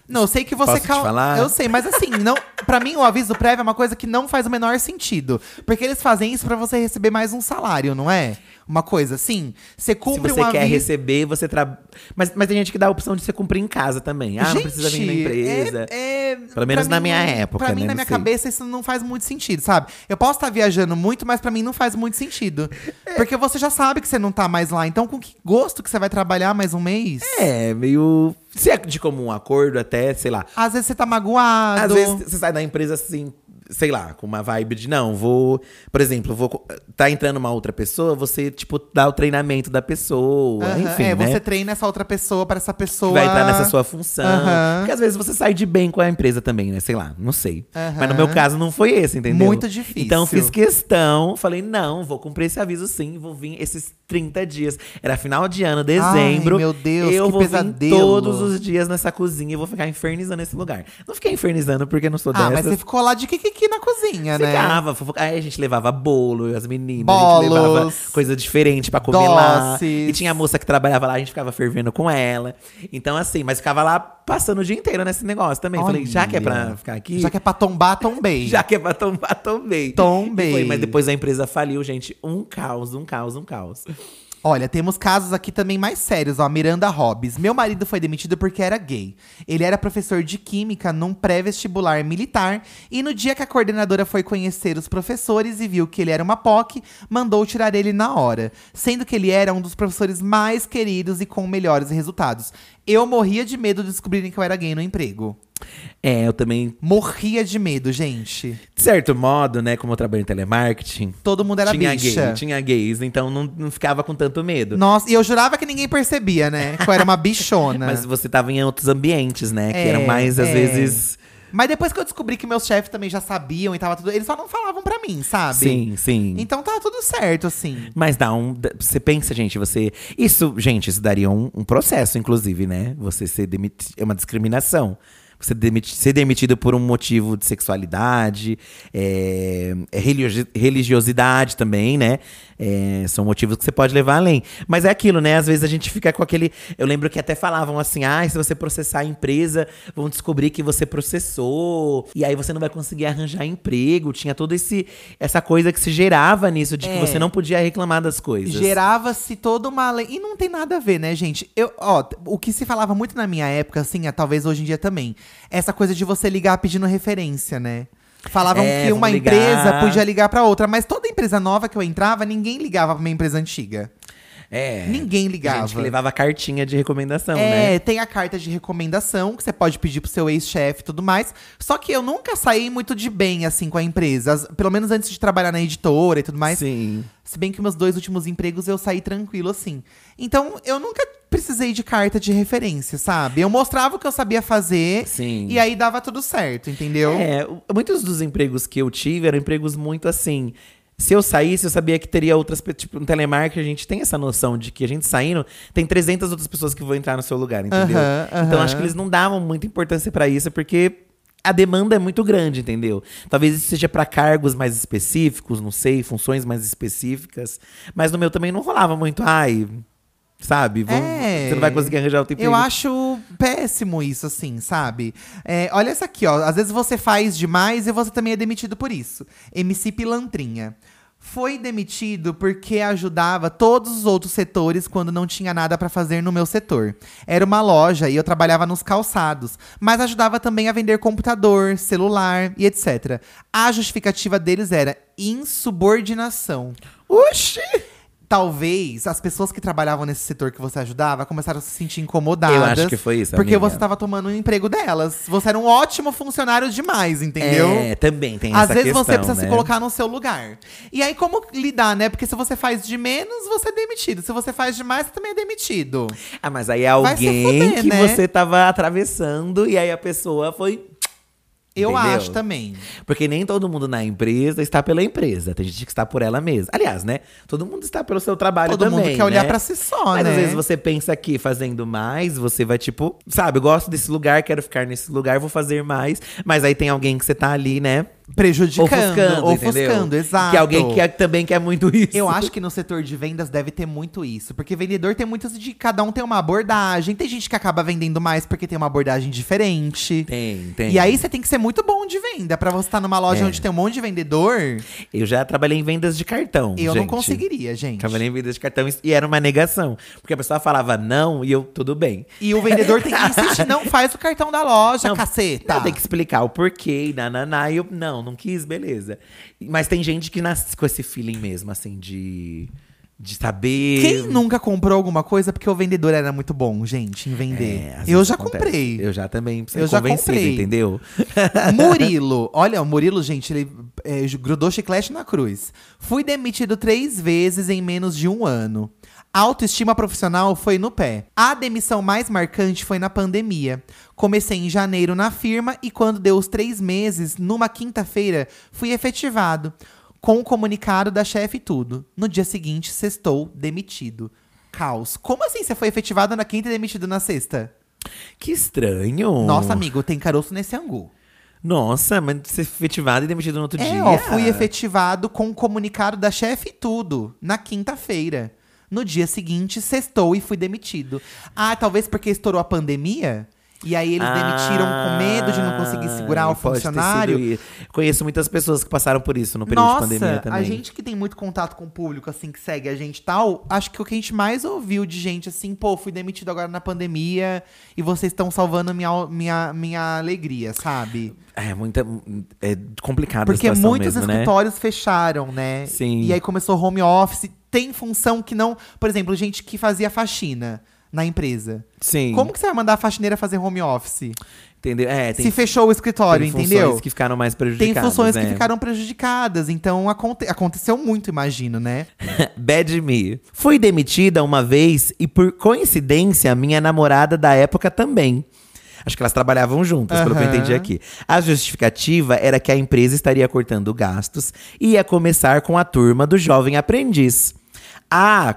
Não, eu sei que você
Posso te falar?
Eu sei, mas assim, não, para mim o aviso prévio é uma coisa que não faz o menor sentido, porque eles fazem isso pra você receber mais um salário, não é? Uma coisa assim, você
Se
cumpre
você
um
quer
aviso
receber, você trabalha. Mas, mas tem gente que dá a opção de você cumprir em casa também. Ah, não precisa vir na
Gente,
empresa.
é- é- pra
menos na minha
não-
época,
Pra mim,
né?
na
Não
minha
sei.
cabeça, isso não faz muito sentido, sabe? Eu posso estar viajando muito, mas pra mim não faz muito sentido.
É.
Porque você já sabe que você não tá mais lá. Então, com que gosto que você vai trabalhar mais um mês?
É, meio. Se é de comum acordo, até, sei lá.
Às vezes você tá magoado.
Às vezes você sai da empresa assim, sei lá, com uma vibe de não, vou. Por exemplo, vou. co- Tá entrando uma outra pessoa, você, tipo, dá o treinamento da pessoa.
Aham,
enfim.
é,
né?
você treina essa outra pessoa pra essa pessoa.
que vai entrar nessa sua função.
Aham.
Porque às vezes você sai de bem com a empresa também, né? Sei lá, não sei.
Aham.
Mas no meu caso não foi esse, entendeu?
Muito difícil.
Então fiz questão, falei, não, vou cumprir esse aviso sim, vou vir esses 30 dias. Era final de ano, dezembro.
Ai, meu Deus,
eu
que
vou vir
pesadelo.
todos os dias nessa cozinha e vou ficar infernizando esse lugar. Não fiquei infernizando porque eu não sou
Ah,
dessas.
mas você ficou lá de kikiki na cozinha, né?
Ficava, fofoca. Aí a gente levava bolo, eu e as meninas, a gente
Bolos.
levava coisa diferente pra comer lá.
Doces.
E tinha a moça que trabalhava lá, a gente ficava fervendo com ela. Então, assim, mas ficava lá passando o dia inteiro nesse negócio também. Falei, já que é pra
Olha.
ficar aqui.
Já que é pra tombar, tombei.
Já que é pra tombar, tombei.
Tombei.
E Foi, mas depois a empresa faliu, gente. Um caos, um caos, um caos.
Olha, temos casos aqui também mais sérios, ó. Miranda Hobbs. Meu marido foi demitido porque era gay. Ele era professor de química num pré-vestibular militar e no dia que a coordenadora foi conhecer os professores e viu que ele era uma POC, mandou tirar ele na hora, sendo que ele era um dos professores mais queridos e com melhores resultados. Eu morria de medo de descobrirem que eu era gay no emprego.
É, eu também.
Morria de medo, gente.
De certo modo, né, como eu trabalho em telemarketing.
Todo mundo era
tinha
bicha.
gay, tinha gays, então não, não ficava com tanto medo.
Nossa, e eu jurava que ninguém percebia, né? Que eu
(laughs)
era uma bichona.
Mas você tava em outros ambientes, né? que
né? É,
eram mais, às
é.
vezes.
Mas depois que eu descobri que meus chefes também já sabiam e tava tudo. Eles só não falavam pra mim, sabe?
Sim, sim.
Então tava tudo certo, assim.
Mas dá um. dá- Você pensa, gente, você. Isso, gente, isso daria um, um processo, inclusive, né? Você ser demitido. É uma discriminação. Você demiti- ser demitido por um motivo de sexualidade, é, é religio- religiosidade também, né? É, são motivos que você pode levar além. Mas é aquilo, né? Às vezes a gente fica com aquele. Eu lembro que até falavam assim: ah, se você processar a empresa, vão descobrir que você processou, e aí você não vai conseguir arranjar emprego. Tinha toda essa coisa que se gerava nisso, de que
É.
você não podia reclamar das coisas.
Gerava-se toda uma lei. E não tem nada a ver, né, gente? Eu, ó, t- o que se falava muito na minha época, assim, é, talvez hoje em dia também, essa coisa de você ligar pedindo referência, né? Falavam
É,
que
vamos
uma
ligar.
empresa podia ligar pra outra, mas toda empresa nova que eu entrava, ninguém ligava pra minha empresa antiga.
É.
Ninguém ligava.
Gente que levava cartinha de recomendação,
É,
né?
tem a carta de recomendação que você pode pedir pro seu ex-chefe e tudo mais. Só que eu nunca saí muito de bem, assim, com a empresa. As- Pelo menos antes de trabalhar na editora e tudo mais.
Sim.
Se bem que meus dois últimos empregos eu saí tranquilo, assim. Então, eu nunca precisei de carta de referência, sabe? Eu mostrava o que eu sabia fazer.
Sim.
é, E aí dava tudo certo, entendeu?
É, o- muitos dos empregos que eu tive eram empregos muito assim. Se eu saísse, eu sabia que teria outras. pe- Tipo, no telemarketing, a gente tem essa noção de que a gente saindo, tem 300 outras pessoas que vão entrar no seu lugar, entendeu?
Aham,
Então
aham.
acho que eles não davam muita importância pra isso, porque a demanda é muito grande, entendeu? Talvez isso seja pra cargos mais específicos, não sei, funções mais específicas. Mas no meu também não rolava muito. Ai, sabe? vão-
É.
Você não vai conseguir arranjar o tempo
Eu acho péssimo isso, assim, sabe? É, olha essa aqui, ó. Às vezes você faz demais e você também é demitido por isso. MC Pilantrinha. Foi demitido porque ajudava todos os outros setores quando não tinha nada pra fazer no meu setor. Era uma loja e eu trabalhava nos calçados, mas ajudava também a vender computador, celular e etc. A justificativa deles era insubordinação.
Oxi!
Talvez as pessoas que trabalhavam nesse setor que você ajudava começaram a se sentir incomodadas.
Eu acho que foi isso,
Porque
amiga.
você tava tomando o emprego delas. Você era um ótimo funcionário demais, entendeu?
É, também tem
Às
essa
vezes
questão,
você precisa se
né?
colocar no seu lugar. E aí, como lidar, né? Porque se você faz de menos, você é demitido. Se você faz demais, você também é demitido.
Ah, mas aí é
Vai se
alguém
fuder,
que
né?
você tava atravessando e aí a pessoa foi.
Eu
Entendeu?
acho também.
Porque nem todo mundo na empresa está pela empresa. Tem gente que está por ela mesma. Aliás, né? Todo mundo está pelo seu trabalho
Todo
também.
mundo quer olhar
né?
pra si só,
Mas
né?
às vezes você pensa que fazendo mais, você vai tipo, sabe, eu gosto desse lugar, quero ficar nesse lugar, vou fazer mais. Mas aí tem alguém que você tá ali, né?
prejudicando,
ofuscando,
ofuscando,
entendeu?
exato.
Que é alguém quer, também quer muito isso.
Eu acho que no setor de vendas deve ter muito isso. Porque vendedor tem muitas de. Cada um tem uma abordagem. Tem gente que acaba vendendo mais porque tem uma abordagem diferente.
Tem, tem. É.
E aí você tem que ser muito bom de venda Pra você estar numa loja onde tem um monte de vendedor.
Eu já trabalhei em vendas de cartão,
Eu não
gente.
conseguiria, gente.
Trabalhei em vendas de cartão e era uma negação. Porque a pessoa falava não e eu, tudo bem.
E o vendedor tem que insistir, não faz o cartão da loja, caceta.
Não, tem que explicar o porquê, e nananá. E eu, não, não quis, beleza. Mas tem gente que nasce com esse feeling mesmo, assim, de, de saber.
Quem nunca comprou alguma coisa porque o vendedor era muito bom, gente, em vender?
É, às
eu
vezes
já
acontece.
comprei.
Eu já também
Eu
eu
já
convencido,
comprei.
entendeu?
Murilo, olha, o Murilo, gente, ele é, grudou chiclete na cruz. Fui demitido três vezes em menos de um ano. A autoestima profissional foi no pé. A demissão mais marcante foi na pandemia. Comecei em janeiro na firma e, quando deu os três meses, numa quinta-feira, fui efetivado. Com o comunicado da chefe e tudo. No dia seguinte, sextou, demitido. Caos. Como assim você foi efetivado na quinta e demitido na sexta?
Que estranho.
Nossa, amigo, tem caroço nesse angu.
Nossa, mas ser efetivado e demitido no outro
É,
dia.
ó, fui efetivado com o comunicado da chefe e tudo, na quinta-feira. No dia seguinte, sextou e fui demitido. Ah, talvez porque estourou a pandemia? E aí eles demitiram com medo de não conseguir segurar
Ah,
o
pode ter sido
funcionário.
isso. Conheço muitas pessoas que passaram por isso no período
Nossa,
de pandemia também.
a gente que tem muito contato com o público, assim, que segue a gente e tal, acho que o que a gente mais ouviu de gente, assim, pô, fui demitido agora na pandemia e vocês estão salvando minha, minha, minha alegria, sabe?
É, muita, é complicado
Porque
a situação
muitos
mesmo, né?
escritórios fecharam, né?
Sim.
E aí começou home office. Tem função que não. Por exemplo, gente que fazia faxina na empresa.
Sim.
Como que você vai mandar a faxineira fazer home office?
Entendeu? É, tem,
Se fechou o escritório,
tem
entendeu?
funções que ficaram mais
Tem
prejudicadas.
funções
né?
que ficaram prejudicadas. Então aconte- aconteceu muito, imagino, né?
Bad me. Fui demitida uma vez e, por coincidência, a minha namorada da época também. Acho que elas trabalhavam juntas, pelo que eu
Aham.
entendi aqui. A justificativa era que a empresa estaria cortando gastos e ia começar com a turma do jovem aprendiz. Ah,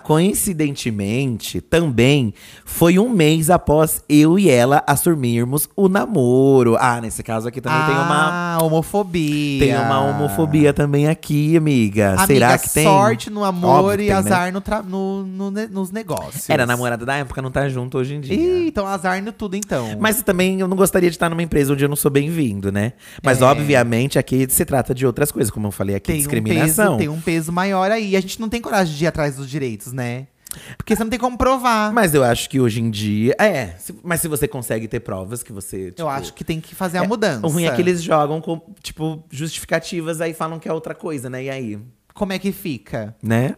coincidentemente, também foi um mês após eu e ela assumirmos o namoro. Ah, nesse caso aqui também tem uma
Ah, homofobia.
tem uma homofobia também aqui, amiga.
Amiga,
Será que tem?
sorte no amor
Óbvio que
e
tem, né?
azar no tra- no- no ne- nos negócios.
Era a namorada da época, não tá junto hoje em dia.
Ih, então azar no tudo, então.
Mas também eu não gostaria de estar numa empresa onde eu não sou bem-vindo, né? Mas
É.
obviamente aqui se trata de outras coisas, como eu falei aqui, discriminação.
Um peso, tem um peso maior aí. A gente não tem coragem de ir atrás dos direitos, né? Porque você não tem como provar.
Mas eu acho que hoje em dia. É, se- mas se você consegue ter provas que você.
Eu acho que tem que fazer a mudança.
O ruim tipo, é que eles jogam com, tipo, justificativas aí falam que é outra coisa, né? E aí?
Como é que fica?
Né?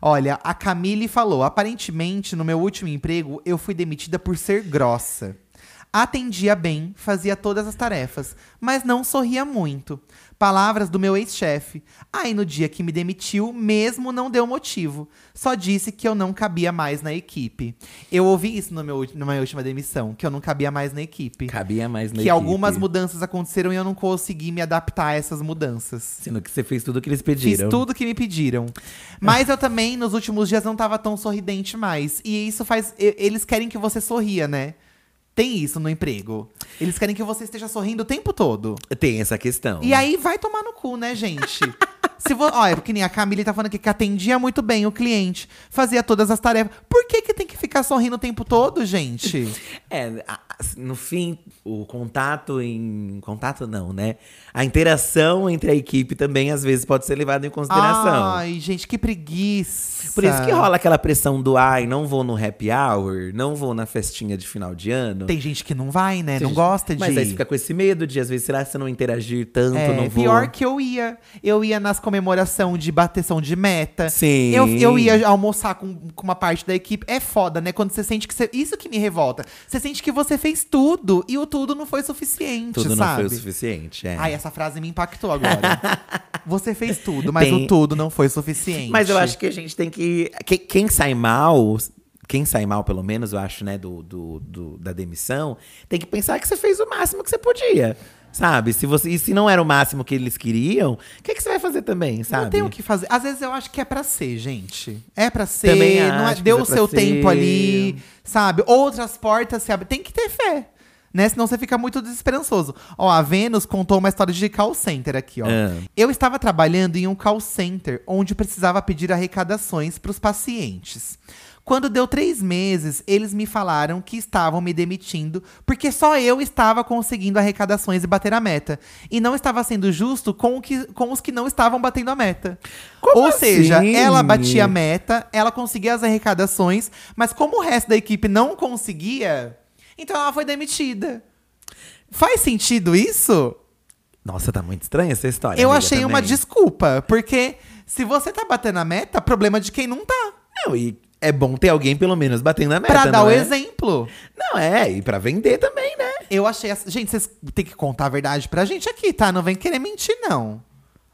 Olha, a Camille falou: aparentemente, no meu último emprego, eu fui demitida por ser grossa. Atendia bem, fazia todas as tarefas, mas não sorria muito. Palavras do meu ex-chefe. Aí no dia que me demitiu, mesmo não deu motivo. Só disse que eu não cabia mais na equipe. Eu ouvi isso no meu, ulti- na minha última demissão, que eu não cabia mais na equipe.
Cabia mais na
que
equipe.
algumas mudanças aconteceram e eu não consegui me adaptar a essas mudanças.
Sendo que você fez tudo o que eles
Fiz
pediram.
tudo que me pediram. Mas eu também, nos últimos dias, não tava tão sorridente mais. E isso faz. e- Eles querem que você sorria, né? Tem isso no emprego. Eles querem que você esteja sorrindo o tempo todo.
Tem essa questão.
E aí vai tomar no cu, né, gente? (laughs) Se vo... Olha, porque nem a Camille tá falando aqui que atendia muito bem o cliente, fazia todas as tarefas. Por que, que tem que ficar sorrindo o tempo todo,
(laughs)
gente?
É, a- a- no fim, o contato em. Contato não, né? A interação entre a equipe também, às vezes, pode ser levada em consideração.
Ai, gente, que preguiça.
Por isso que rola aquela pressão do ai, não vou no happy hour, não vou na festinha de final de ano.
Tem gente que não vai, né? não
gente-
gosta de.
Mas aí
ir.
você fica com esse medo de, às vezes, será que se eu não interagir tanto,
É,
não vou.
pior que eu ia. Eu ia nas comemoração de bateção de meta.
Sim.
é. Eu, eu ia almoçar com, com uma parte da equipe. É foda, né? Quando você sente que você. Isso que me revolta. Você sente que você fez tudo e o tudo não foi suficiente,
Tudo não
sabe?
foi o suficiente. É.
Ai, essa frase me impactou
(laughs)
agora. você fez tudo, mas
Tem-
o tudo não foi suficiente.
Mas eu acho que a gente tem que. que- Quem sai mal, quem sai mal, pelo menos, eu acho, né, do, do- do- da demissão, tem que pensar que você fez o máximo que você podia. Sabe? Se você, e se não era o máximo que eles queriam, o que, que você vai fazer também, sabe?
Não tem o que fazer. Às vezes eu acho que é pra ser, gente. É pra ser.
Também
não é-
acho que
deu
é
o
pra
seu
ser.
tempo ali, sabe? Outras portas se abrem. Tem que ter fé. né? Senão você fica muito desesperançoso. Ó, a Vênus contou uma história de call center aqui, ó.
Ah.
É. Eu estava trabalhando em um call center onde precisava pedir arrecadações para os pacientes. Quando deu três meses, eles me falaram que estavam me demitindo porque só eu estava conseguindo arrecadações e bater a meta. E não estava sendo justo com, o que- com os que não estavam batendo a meta.
Como
Ou seja,
assim?
ela batia a meta, ela conseguia as arrecadações, mas como o resto da equipe não conseguia, então ela foi demitida. Faz sentido isso?
Nossa, tá muito estranha essa história.
Eu
amiga,
achei uma
também.
desculpa, porque se você tá batendo a meta, problema de quem não tá.
Não, e é bom ter alguém pelo menos batendo na meta.
Pra dar
não
o
é?
exemplo.
Não, é, e pra vender também, né?
Eu achei. essa- Gente, vocês têm que contar a verdade pra gente aqui, tá? Não vem querer mentir, não.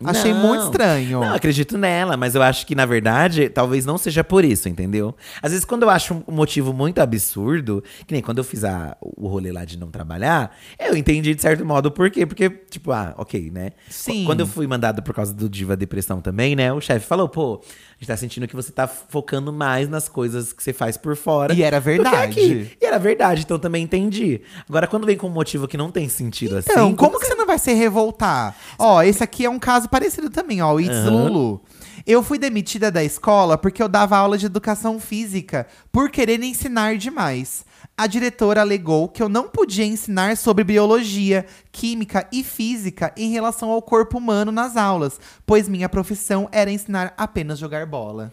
Achei
Não.
muito estranho.
Não, acredito nela, mas eu acho que, na verdade, talvez não seja por isso, entendeu? Às vezes, quando eu acho um motivo muito absurdo, que nem quando eu fiz a, o rolê lá de não trabalhar, eu entendi de certo modo o porquê. Porque, tipo, ah, ok, né?
Sim.
Qu- Quando eu fui mandado por causa do Diva Depressão também, né? O chefe falou, pô, a gente tá sentindo que você tá focando mais nas coisas que você faz por fora.
E era
do que aqui."
verdade.
E era verdade, então também entendi. Agora, quando vem com um motivo que não tem sentido
Então,
assim.
como que você não vai se revoltar? Ó, esse aqui é um caso parecido também, ó. O It's
Aham.
Lulu. Eu fui demitida da escola porque eu dava aula de educação física por querer ensinar demais. A diretora alegou que eu não podia ensinar sobre biologia, química e física em relação ao corpo humano nas aulas, pois minha profissão era ensinar apenas jogar bola.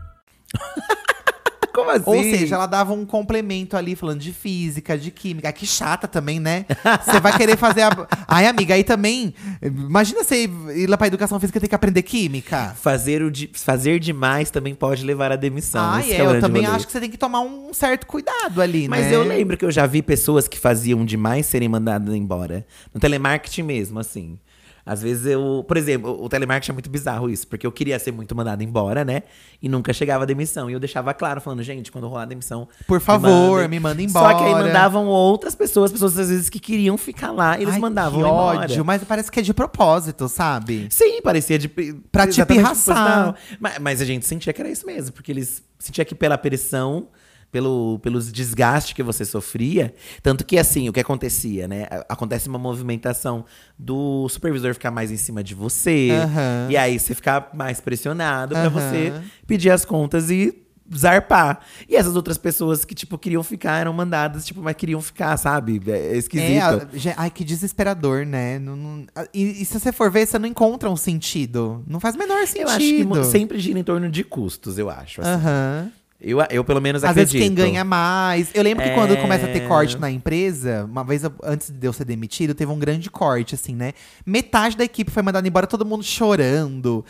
(laughs) Como assim?
Ou seja, ela dava um complemento ali, falando de física, de química. Ah, Que chata também, né? Você vai querer fazer a. (laughs) Ai, amiga, aí também. Imagina você ir lá pra educação física e ter que aprender química.
Fazer, o de- fazer demais também pode levar à demissão.
Ah,
Esse
é,
que é o
eu
grande
também
rolê.
acho que você tem que tomar um certo cuidado ali, né?
Mas eu lembro que eu já vi pessoas que faziam demais serem mandadas embora. No telemarketing mesmo, assim. Às vezes eu. Por exemplo, o telemarketing é muito bizarro isso, porque eu queria ser muito mandado embora, né? E nunca chegava a demissão. E eu deixava claro, falando, gente, quando rolar a demissão.
Por
me
favor,
mandem.
me mandem
Só que aí
embora.
mandavam outras pessoas, pessoas às vezes que queriam ficar lá, eles
Ai,
mandavam
que
embora.
ódio, mas parece que é de propósito, sabe?
Sim, parecia de.
Pra te
exatamente
pirraçar.
proporcional. Mas, mas a gente sentia que era isso mesmo, porque eles sentia que pela pressão, pelo, pelos desgastes que você sofria. Tanto que, assim, o que acontecia, né? A- Acontece uma movimentação do supervisor ficar mais em cima de você.
Aham.
E aí você ficar mais pressionado pra
Aham.
você pedir as contas e. Zarpar. E essas outras pessoas que, tipo, queriam ficar, eram mandadas, tipo, mas queriam ficar, sabe? É esquisito.
É, a- ge- ai, que desesperador, né? Não- não- a- e, e se você for ver, você não encontra um sentido. Não faz o menor sentido.
Eu acho que mu- sempre gira em torno de custos, eu acho. assim.
Aham.
Eu, eu pelo menos
Às
acredito.
vezes quem ganha mais. Eu lembro que
É.
quando começa a ter corte na empresa, uma vez eu- antes de eu ser demitido, teve um grande corte, assim, né? Metade da equipe foi mandada embora, todo mundo chorando.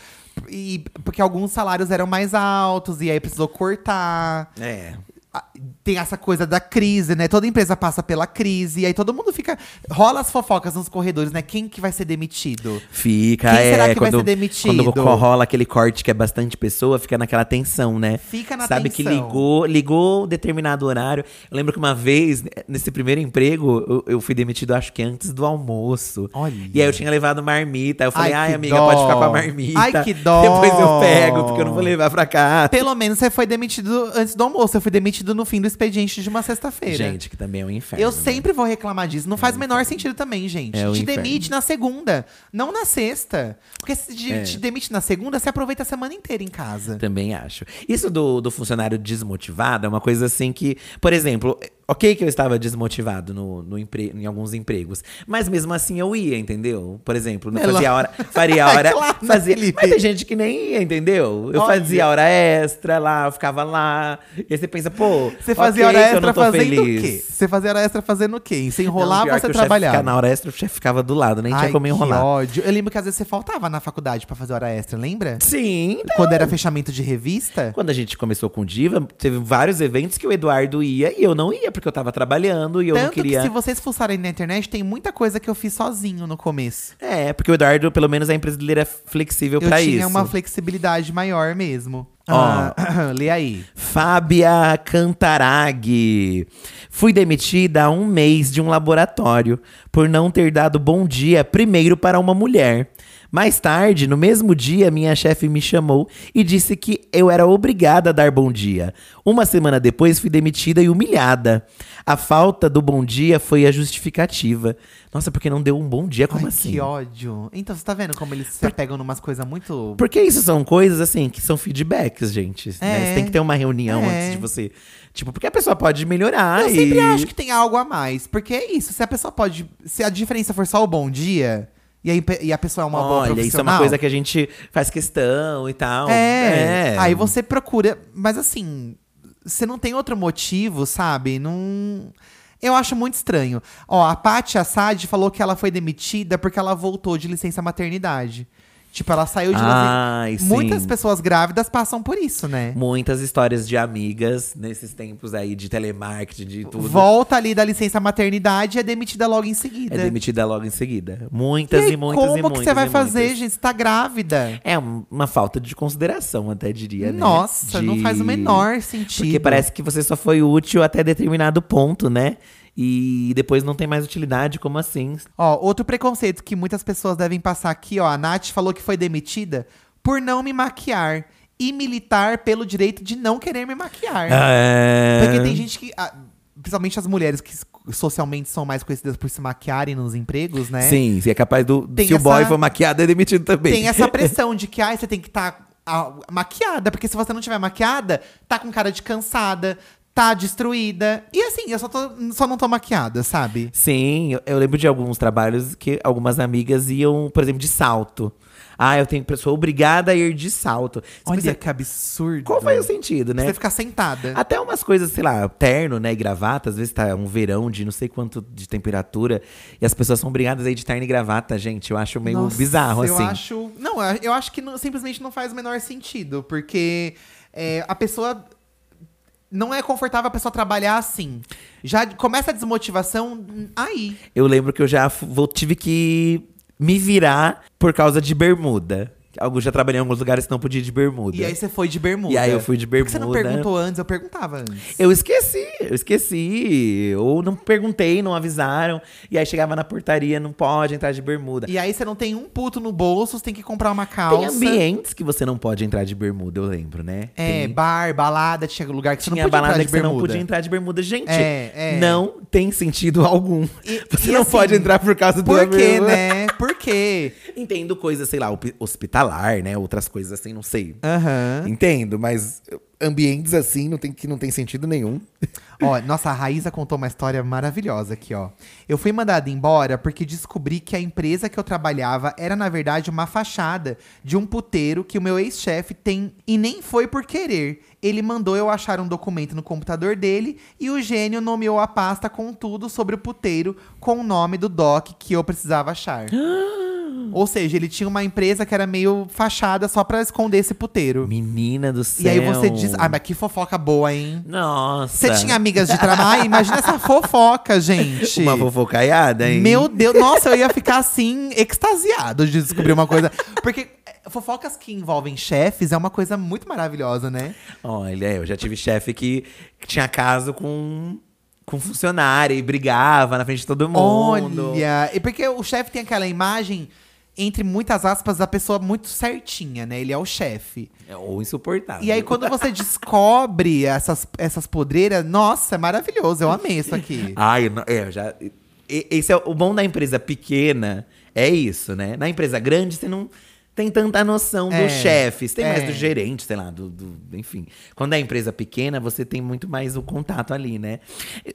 E, porque alguns salários eram mais altos, e aí precisou cortar.
É.
Ah, Tem essa coisa da crise, né? Toda empresa passa pela crise, e aí todo mundo fica. Rola as fofocas nos corredores, né? Quem que vai ser demitido?
Fica,
Quem
é.
será que vai
quando,
ser demitido?
Quando rola aquele corte que é bastante pessoa, fica naquela tensão, né?
Fica na
Sabe que
tensão.
ligou, ligou determinado horário. Eu lembro que uma vez, né, nesse primeiro emprego, eu, eu fui demitido, acho que antes do almoço.
Olha.
E aí eu tinha levado marmita. Eu falei,
Ai,
ai,
que
amiga,
dó.
pode ficar com a marmita.
Ai, que dó.
(laughs) Depois eu pego, porque eu não vou levar pra cá.
Pelo menos você foi demitido antes do almoço. Eu fui demitido no fim do expediente de uma sexta-feira.
Gente, que também é um inferno.
Eu
né?
sempre vou reclamar disso. Não faz o menor sentido também, gente.
É o
te
inferno.
demite na segunda, não na sexta. Porque se te,
É.
te demite na segunda, você aproveita a semana inteira em casa.
Também acho. Isso do, do funcionário desmotivado é uma coisa assim que, por exemplo, ok que eu estava desmotivado no, no empre, em alguns empregos, mas mesmo assim eu ia, entendeu? Por exemplo, não
Melhor.
fazia a hora,
(laughs)
faria a hora,
É Claro, né,
fazia.
Felipe?
Mas tem gente que nem ia, entendeu? Eu
Olha.
fazia hora extra lá, eu ficava lá. E aí você pensa, pô,
Você fazia
ok
hora
que eu
extra
não tô
fazendo
feliz.
o quê? Você fazia hora extra fazendo o quê? Se enrolar,
Não,
você
pior que o chefe ficava-
trabalhava.
Na hora extra, o chefe ficava do lado, nem
Ai,
tinha como
que
enrolar.
ódio. Eu lembro que às vezes você faltava na faculdade pra fazer hora extra, lembra?
Sim,
Quando era fechamento de revista.
Quando a gente começou com o Diva, teve vários eventos que o Eduardo ia e eu não ia, porque porque eu tava trabalhando e eu
Tanto
não queria.
que se vocês fuçarem na internet, tem muita coisa que eu fiz sozinho no começo.
É, porque o Eduardo, pelo menos, a empresa dele é flexível
Eu
pra
tinha
isso.
uma flexibilidade maior mesmo.
Ó.
Ah, lê aí.
Fábia Cantarag. Fui demitida há um mês de um laboratório por não ter dado bom dia primeiro para uma mulher. Mais tarde, no mesmo dia, minha chefe me chamou e disse que eu era obrigada a dar bom dia. Uma semana depois, fui demitida e humilhada. A falta do bom dia foi a justificativa. Nossa, porque não deu um bom dia? Como
Ai,
assim?
que ódio. Então, você tá vendo como eles se apegam numas coisas muito.
Porque isso são coisas, assim, que são feedbacks, gente. né?
É.
Você tem que ter uma reunião
É.
antes de você. Tipo, porque a pessoa pode melhorar
Eu
e.
sempre acho que tem algo a mais. Porque é isso, se a pessoa pode. Se a diferença for só o bom dia, e, aí, pe- e a pessoa é uma boa
Olha,
profissional.
isso é uma coisa que a gente faz questão e tal.
É. Aí você procura. Mas assim, você não tem outro motivo, sabe? Não. Eu acho muito estranho. Ó, a Paty Assad falou que ela foi demitida porque ela voltou de licença maternidade. Tipo, ela saiu de
Ai, sim.
Muitas pessoas grávidas passam por isso, né?
Muitas histórias de amigas nesses tempos aí de telemarketing, de tudo.
Volta ali da licença maternidade e é demitida logo em seguida.
é demitida logo em seguida.
e,
Muitas e,
aí,
muitas
como
e
que
muitas.
você vai
e
fazer,
muitas.
gente? Você tá grávida.
É um- uma falta de consideração, até diria, né?
Nossa, não
De-
faz o menor sentido.
Porque parece que você só foi útil até determinado ponto, né? E depois não tem mais utilidade, como assim?
Ó, outro preconceito que muitas pessoas devem passar aqui, ó. A Nath falou que foi demitida por não me maquiar e militar pelo direito de não querer me maquiar.
Ah, é.
Porque tem gente que. ah, Principalmente as mulheres que s- socialmente são mais conhecidas por se maquiarem nos empregos, né?
Sim, se é capaz do.
Tem
se o
essa-
boy for maquiado, é demitido também.
Tem
(laughs)
essa pressão de que, ai, você tem que estar maquiada. Porque se você não tiver maquiada, tá com cara de cansada, tá destruída. E assim, eu só, tô- só não tô maquiada, sabe?
Sim, eu, eu lembro de alguns trabalhos que algumas amigas iam, por exemplo, de salto. Ah, eu tenho sou obrigada a ir de salto. Você
Olha
pensa,
que absurdo.
qual foi o sentido, né?
Você ficar sentada.
Até umas coisas, sei lá, terno, né, e gravata. Às vezes tá um verão de não sei quanto de temperatura. E as pessoas são obrigadas a ir de terno e gravata, gente. Eu acho é meio
Nossa,
bizarro,
eu
assim.
Acho, não, eu acho que não- simplesmente não faz o menor sentido, porque é, a pessoa. Não é confortável a pessoa trabalhar assim. Já começa a desmotivação hum, aí.
Eu lembro que eu já fu- vou- tive que me virar por causa de bermuda. Algu- Já trabalhei em alguns lugares que não podia ir de bermuda.
E aí você foi de bermuda.
É. E aí eu fui de
Por que Você não
bermuda.
perguntou antes, eu perguntava antes.
Eu esqueci, eu esqueci. Ou não perguntei, não avisaram. E aí chegava na portaria, não pode entrar de bermuda.
E aí você não tem um puto no bolso, você tem que comprar uma
Tem
calça.
ambientes que você não pode entrar de bermuda, eu lembro, né?
É,
Tem-
bar, balada, tinha lugar que
Tinha
você não podia
balada
entrar
que
de
você
bermuda.
não podia entrar de bermuda. Gente,
É, é.
não tem sentido algum.
E-
(laughs) você
e
não
assim,
pode entrar por causa do
Por quê, né? Por quê?
(laughs) Entendo coisa, sei lá, op- hospitalar, né? Outras coisas assim, não sei.
Aham.
Entendo, mas ambientes assim não tem, que não tem sentido nenhum.
Ó, nossa, a Raíza contou uma história maravilhosa aqui, ó. Eu fui mandada embora porque descobri que a empresa que eu trabalhava era, na verdade, uma fachada de um puteiro que o meu ex-chefe tem. E nem foi por querer. Ele mandou eu achar um documento no computador dele e o gênio nomeou a pasta com tudo sobre o puteiro com o nome do doc que eu precisava achar. Ou seja, ele tinha uma empresa que era meio fachada só pra esconder esse puteiro.
Menina do céu.
E aí você diz. Ah, mas que fofoca boa, hein?
Nossa.
Você tinha amigas de
(laughs)
trabalho? Imagina essa fofoca, gente.
Uma fofocaiada, hein?
Meu Deus, nossa, eu ia ficar assim, extasiado de descobrir uma coisa. Porque eh, fofocas que envolvem chefes é uma coisa muito maravilhosa, né?
Olha, eu já tive chefe que que tinha caso com, com funcionária e brigava na frente de todo mundo.
Olha, e porque o chefe tem aquela imagem, entre muitas aspas, da pessoa muito certinha, né? Ele é o chefe.
É, Ou insuportável.
E aí, quando você descobre essas, essas podreiras, nossa, é maravilhoso, eu amei isso aqui.
Ai, eu não- é, eu já. e- Esse é o bom da empresa pequena, é isso, né? Na empresa grande, você não tem tanta noção do
É,
chefe, você tem mais
é.
do gerente, sei lá, do, do- Enfim. Quando é empresa pequena, você tem muito mais o contato ali, né?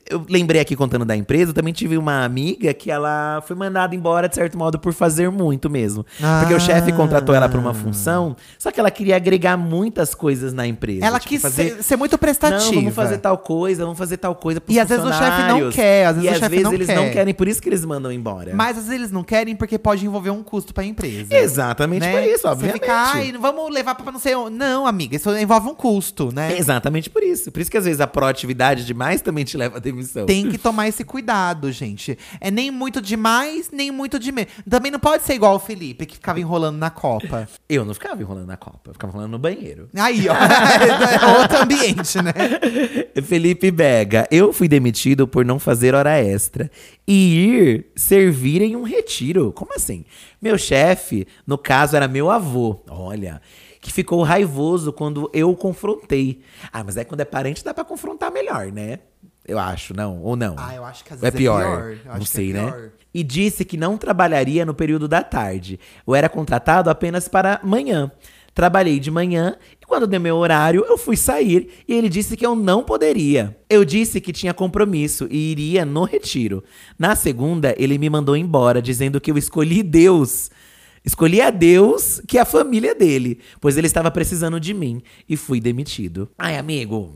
Eu lembrei aqui contando da empresa, eu também tive uma amiga que ela foi mandada embora, de certo modo, por fazer muito mesmo. Porque o chefe contratou ela
Ah.
pra uma função, só que ela queria agregar muitas coisas na empresa.
Ela
tipo,
quis
fazer-
ser, ser muito prestativa.
não, vamos fazer tal coisa, vamos fazer tal coisa pros
E às vezes o chefe não
funcionários.
quer, às vezes
e
o
às
chefe
vezes
não
eles
quer.
não querem, por isso que eles mandam embora.
Mas às vezes eles não querem porque pode envolver um custo pra empresa.
Exatamente
né?
por isso,
Você
obviamente.
fica, ai, vamos levar pra não sei onde. Não, amiga, isso envolve um custo, né?
É exatamente por isso. Por isso que às vezes a proatividade demais também te leva à demissão.
Tem que tomar esse cuidado, gente. É nem muito demais, nem muito de menos. Também não pode ser igual o Felipe, que ficava enrolando na Copa.
Eu não ficava enrolando na Copa, eu ficava enrolando no banheiro.
Aí, ó. (laughs) é outro ambiente, né?
(laughs) Felipe Bega, eu fui demitido por não fazer hora extra e ir servir em um retiro. Como assim? Meu chefe, no caso, era meu avô. Olha, que ficou raivoso quando eu o confrontei. Ah, mas é quando é parente dá pra confrontar melhor, né? Eu acho, não? Ou não?
Ah, eu acho que às
Ou é
vezes é
pior.
pior. Eu
Não
acho que é
sei, né?
pior.
e disse que não trabalharia no período da tarde. Eu era contratado apenas para manhã. Trabalhei de manhã e quando deu meu horário, eu fui sair e ele disse que eu não poderia. Eu disse que tinha compromisso e iria no retiro. Na segunda, ele me mandou embora, dizendo que eu escolhi Deus. Escolhi a Deus que é a família dele, pois ele estava precisando de mim e fui demitido. Ai, amigo,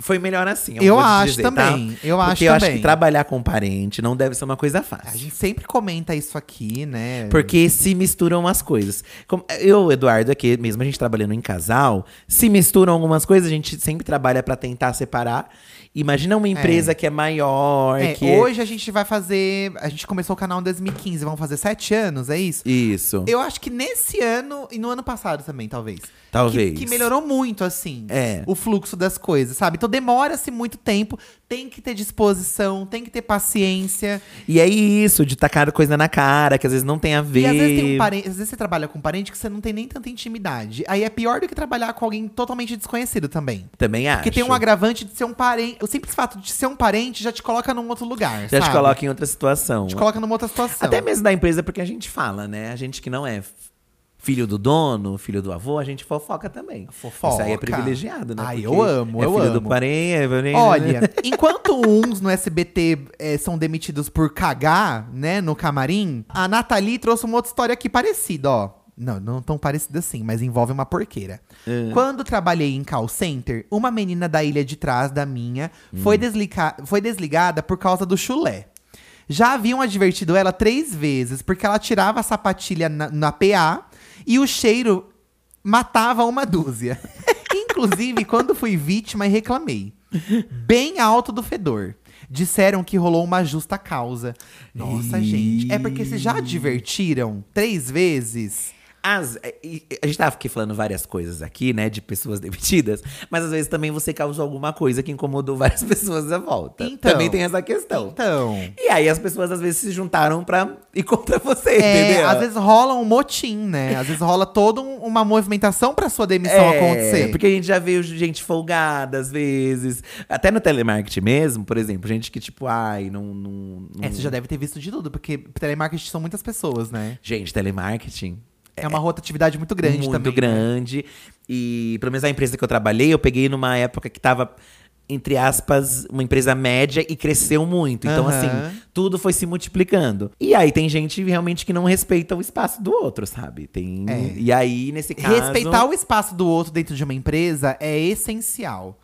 foi melhor assim.
Eu
vou te
acho
dizer,
também,
tá?
eu acho
Porque eu acho
também.
que trabalhar com um parente não deve ser uma coisa fácil.
A gente sempre comenta isso aqui, né?
Porque se misturam as coisas. Como- Eu, Eduardo, aqui, mesmo a gente trabalhando em casal, se misturam algumas coisas, a gente sempre trabalha pra tentar separar. Imagina uma empresa que é maior,
É,
que.
Hoje a gente vai fazer. A gente começou o canal em 2015, vamos fazer sete anos, é isso?
Isso.
Eu acho que nesse ano e no ano passado também, talvez.
Talvez.
Que, que melhorou muito, assim,
É.
o fluxo das coisas, sabe? Então demora-se muito tempo, tem que ter disposição, tem que ter paciência.
E é isso, de tacar coisa na cara, que às vezes não tem a ver.
E às vezes, tem um parente, às vezes você trabalha com um parente que você não tem nem tanta intimidade. Aí é pior do que trabalhar com alguém totalmente desconhecido também.
Também acho.
Porque tem um agravante de ser um parente. O simples fato de ser um parente já te coloca num outro lugar.
Já
sabe?
te coloca em outra situação.
Te coloca numa outra situação.
Até mesmo da empresa, porque a gente fala, né? A gente que não é f- filho do dono, filho do avô, a gente fofoca também.
Fofoca.
Isso aí é privilegiado, né?
Ai,
Porque
eu amo,
é
eu
filho do
amo.
parente, é-
Olha, enquanto uns no SBT eh, são demitidos por cagar, né, no camarim, a Nathalie trouxe uma outra história aqui parecida, ó. Não, não tão parecida assim, mas envolve uma porqueira. Quando trabalhei em call center, uma menina da ilha de trás da minha foi, deslica- foi desligada por causa do chulé. Já haviam advertido ela três vezes, porque ela tirava a sapatilha na, na PA e o cheiro matava uma dúzia. (laughs) Inclusive, quando fui vítima e reclamei. Bem alto do fedor. Disseram que rolou uma justa causa. Nossa, gente. É porque se já advertiram três vezes.
As- é, e- e- a gente tava aqui falando várias coisas aqui, né? De pessoas (laughs) demitidas, mas às vezes também você causou alguma coisa que incomodou várias (laughs) pessoas à volta.
Então.
também tem essa questão.
Então.
E aí as pessoas às vezes se juntaram pra ir contra você,
É,
(laughs) entendeu?
às vezes rola um motim, né? Às vezes rola toda um- uma movimentação pra sua demissão
É,
acontecer.
Porque a gente já viu gente folgada às vezes. Até no telemarketing mesmo, por exemplo, gente que, tipo, ai, não. não, não-
É, você já deve ter visto de tudo, porque telemarketing são muitas pessoas, né?
Gente, telemarketing.
É, uma rotatividade muito grande
muito
também. né?
grande. E pelo menos a empresa que eu trabalhei, eu peguei numa época que tava, entre aspas, uma empresa média e cresceu muito. Então,
Aham.
assim, tudo foi se multiplicando. E aí tem gente realmente que não respeita o espaço do outro, sabe? Tem. E aí, nesse caso.
É. Respeitar o espaço do outro dentro de uma empresa é essencial.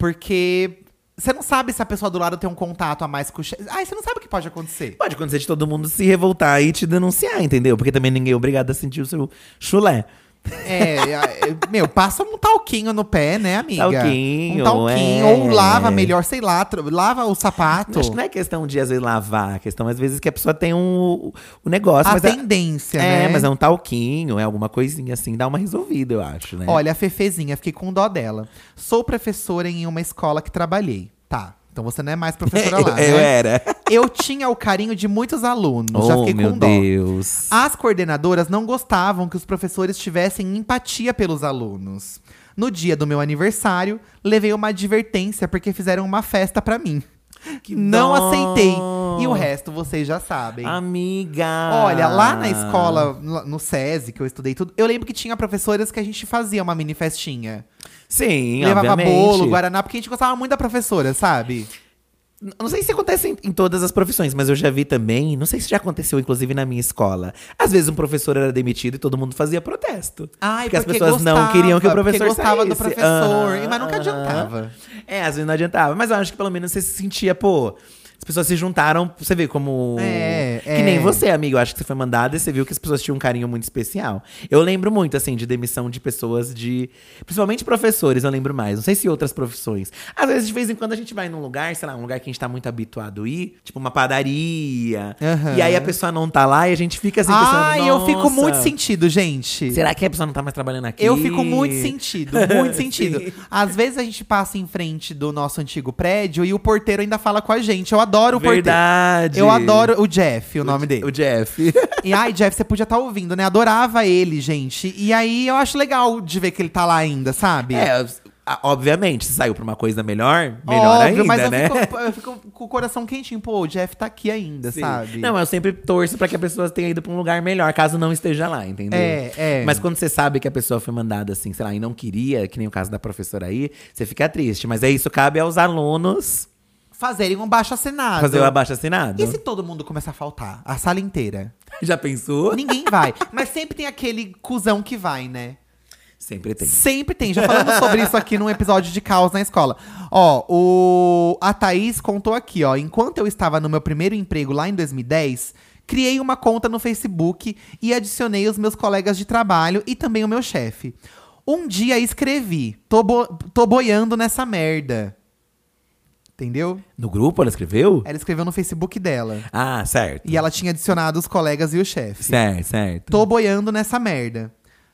Porque você não sabe se a pessoa do lado tem um contato a mais com o chefe. Ah, você não sabe o que pode acontecer.
Pode acontecer de todo mundo se revoltar e te denunciar, entendeu? Porque também ninguém é obrigado a sentir o seu chulé.
É, (laughs) é, meu, passa um talquinho no pé, né, amiga?
Talquinho,
Um talquinho.
é.
Ou lava melhor, sei lá, tro- lava o sapato.
Acho que não é questão de, às vezes, lavar. A questão, às vezes, que a pessoa tem um, um negócio.
a
mas
tendência,
é,
né?
mas é um talquinho, é alguma coisinha assim, dá uma resolvida, eu acho, né?
Olha, a Fefezinha, fiquei com dó dela. Sou professora em uma escola que trabalhei. Tá, então você não é mais
(laughs)
professora
eu,
lá, né?
eu era.
Eu tinha o carinho de muitos alunos, (laughs) já
oh,
fiquei
meu
com dó.
Deus.
As coordenadoras não gostavam que os professores tivessem empatia pelos alunos. No dia do meu aniversário, levei uma advertência porque fizeram uma festa pra mim.
Que
não
dó. Ah.
aceitei. E o resto vocês já sabem.
Amiga!
Olha, lá na escola, lá no SESI, que eu estudei tudo, eu lembro que tinha professoras que a gente fazia uma mini festinha.
Sim,
Levava
obviamente.
bolo, guaraná, porque a gente gostava muito da professora, sabe?
N- Não sei se acontece em, em todas as profissões, mas eu já vi também. Não sei se já aconteceu, inclusive, na minha escola. Às vezes um professor era demitido e todo mundo fazia protesto.
Ai,
porque, as pessoas não
gostava,
queriam que o
porque
professor
gostava do
saísse.
professor,
Ah,
mas nunca
ah.
adiantava.
É, às vezes não adiantava. Mas eu acho que pelo menos você se sentia, pô. as pessoas se juntaram. Você vê como.
É,
que
é.
nem você, amigo. Eu acho que você foi mandada e você viu que as pessoas tinham um carinho muito especial. Eu lembro muito, assim, de demissão de pessoas de. Principalmente professores, eu lembro mais. Não sei se outras profissões. Às vezes, de vez em quando, a gente vai num lugar, sei lá, um lugar que a gente tá muito habituado a ir, tipo uma padaria.
Aham.
E aí a pessoa não tá lá e a gente fica assim pensando.
Ai, eu fico
"Nossa,
muito sentido, gente.
Será que a pessoa não tá mais trabalhando aqui?
Eu fico muito sentido, muito
(laughs) Sim.
sentido. Às vezes a gente passa em frente do nosso antigo prédio e o porteiro ainda fala com a gente. Eu adoro o
Verdade.
porteiro. Eu adoro o Jeff, o, nome dele.
O Jeff.
(laughs) E ai, Jeff, você podia estar ouvindo, né? Adorava ele, gente. E aí eu acho legal de ver que ele tá lá ainda, sabe?
é, a- obviamente, se saiu pra uma coisa melhor, melhor
Óbvio,
ainda,
mas eu,
né?
fico, eu fico com o coração quentinho. Pô, o Jeff tá aqui ainda,
Sim.
sabe?
Não, eu sempre torço pra que a pessoa tenha ido pra um lugar melhor, caso não esteja lá, entendeu?
É, é.
Mas quando você sabe que a pessoa foi mandada assim, sei lá, e não queria, que nem o caso da professora aí, você fica triste. Mas é isso, cabe aos alunos
Fazerem um baixo assinado.
fazer o abaixo assinado.
E se todo mundo começar a faltar? A sala inteira.
Já pensou?
Ninguém vai. Mas sempre tem aquele cuzão que vai, né?
Sempre tem.
Sempre tem. Já falamos sobre isso aqui num episódio de caos na escola. Ó, o a Thaís contou aqui, ó. Enquanto eu estava no meu primeiro emprego lá em 2010, criei uma conta no Facebook e adicionei os meus colegas de trabalho e também o meu chefe. Um dia escrevi, tô, bo- tô boiando nessa merda. Entendeu?
No grupo ela escreveu?
Ela escreveu no Facebook dela.
Ah, certo.
E ela tinha adicionado os colegas e o chefe.
Certo, certo.
Tô boiando nessa merda.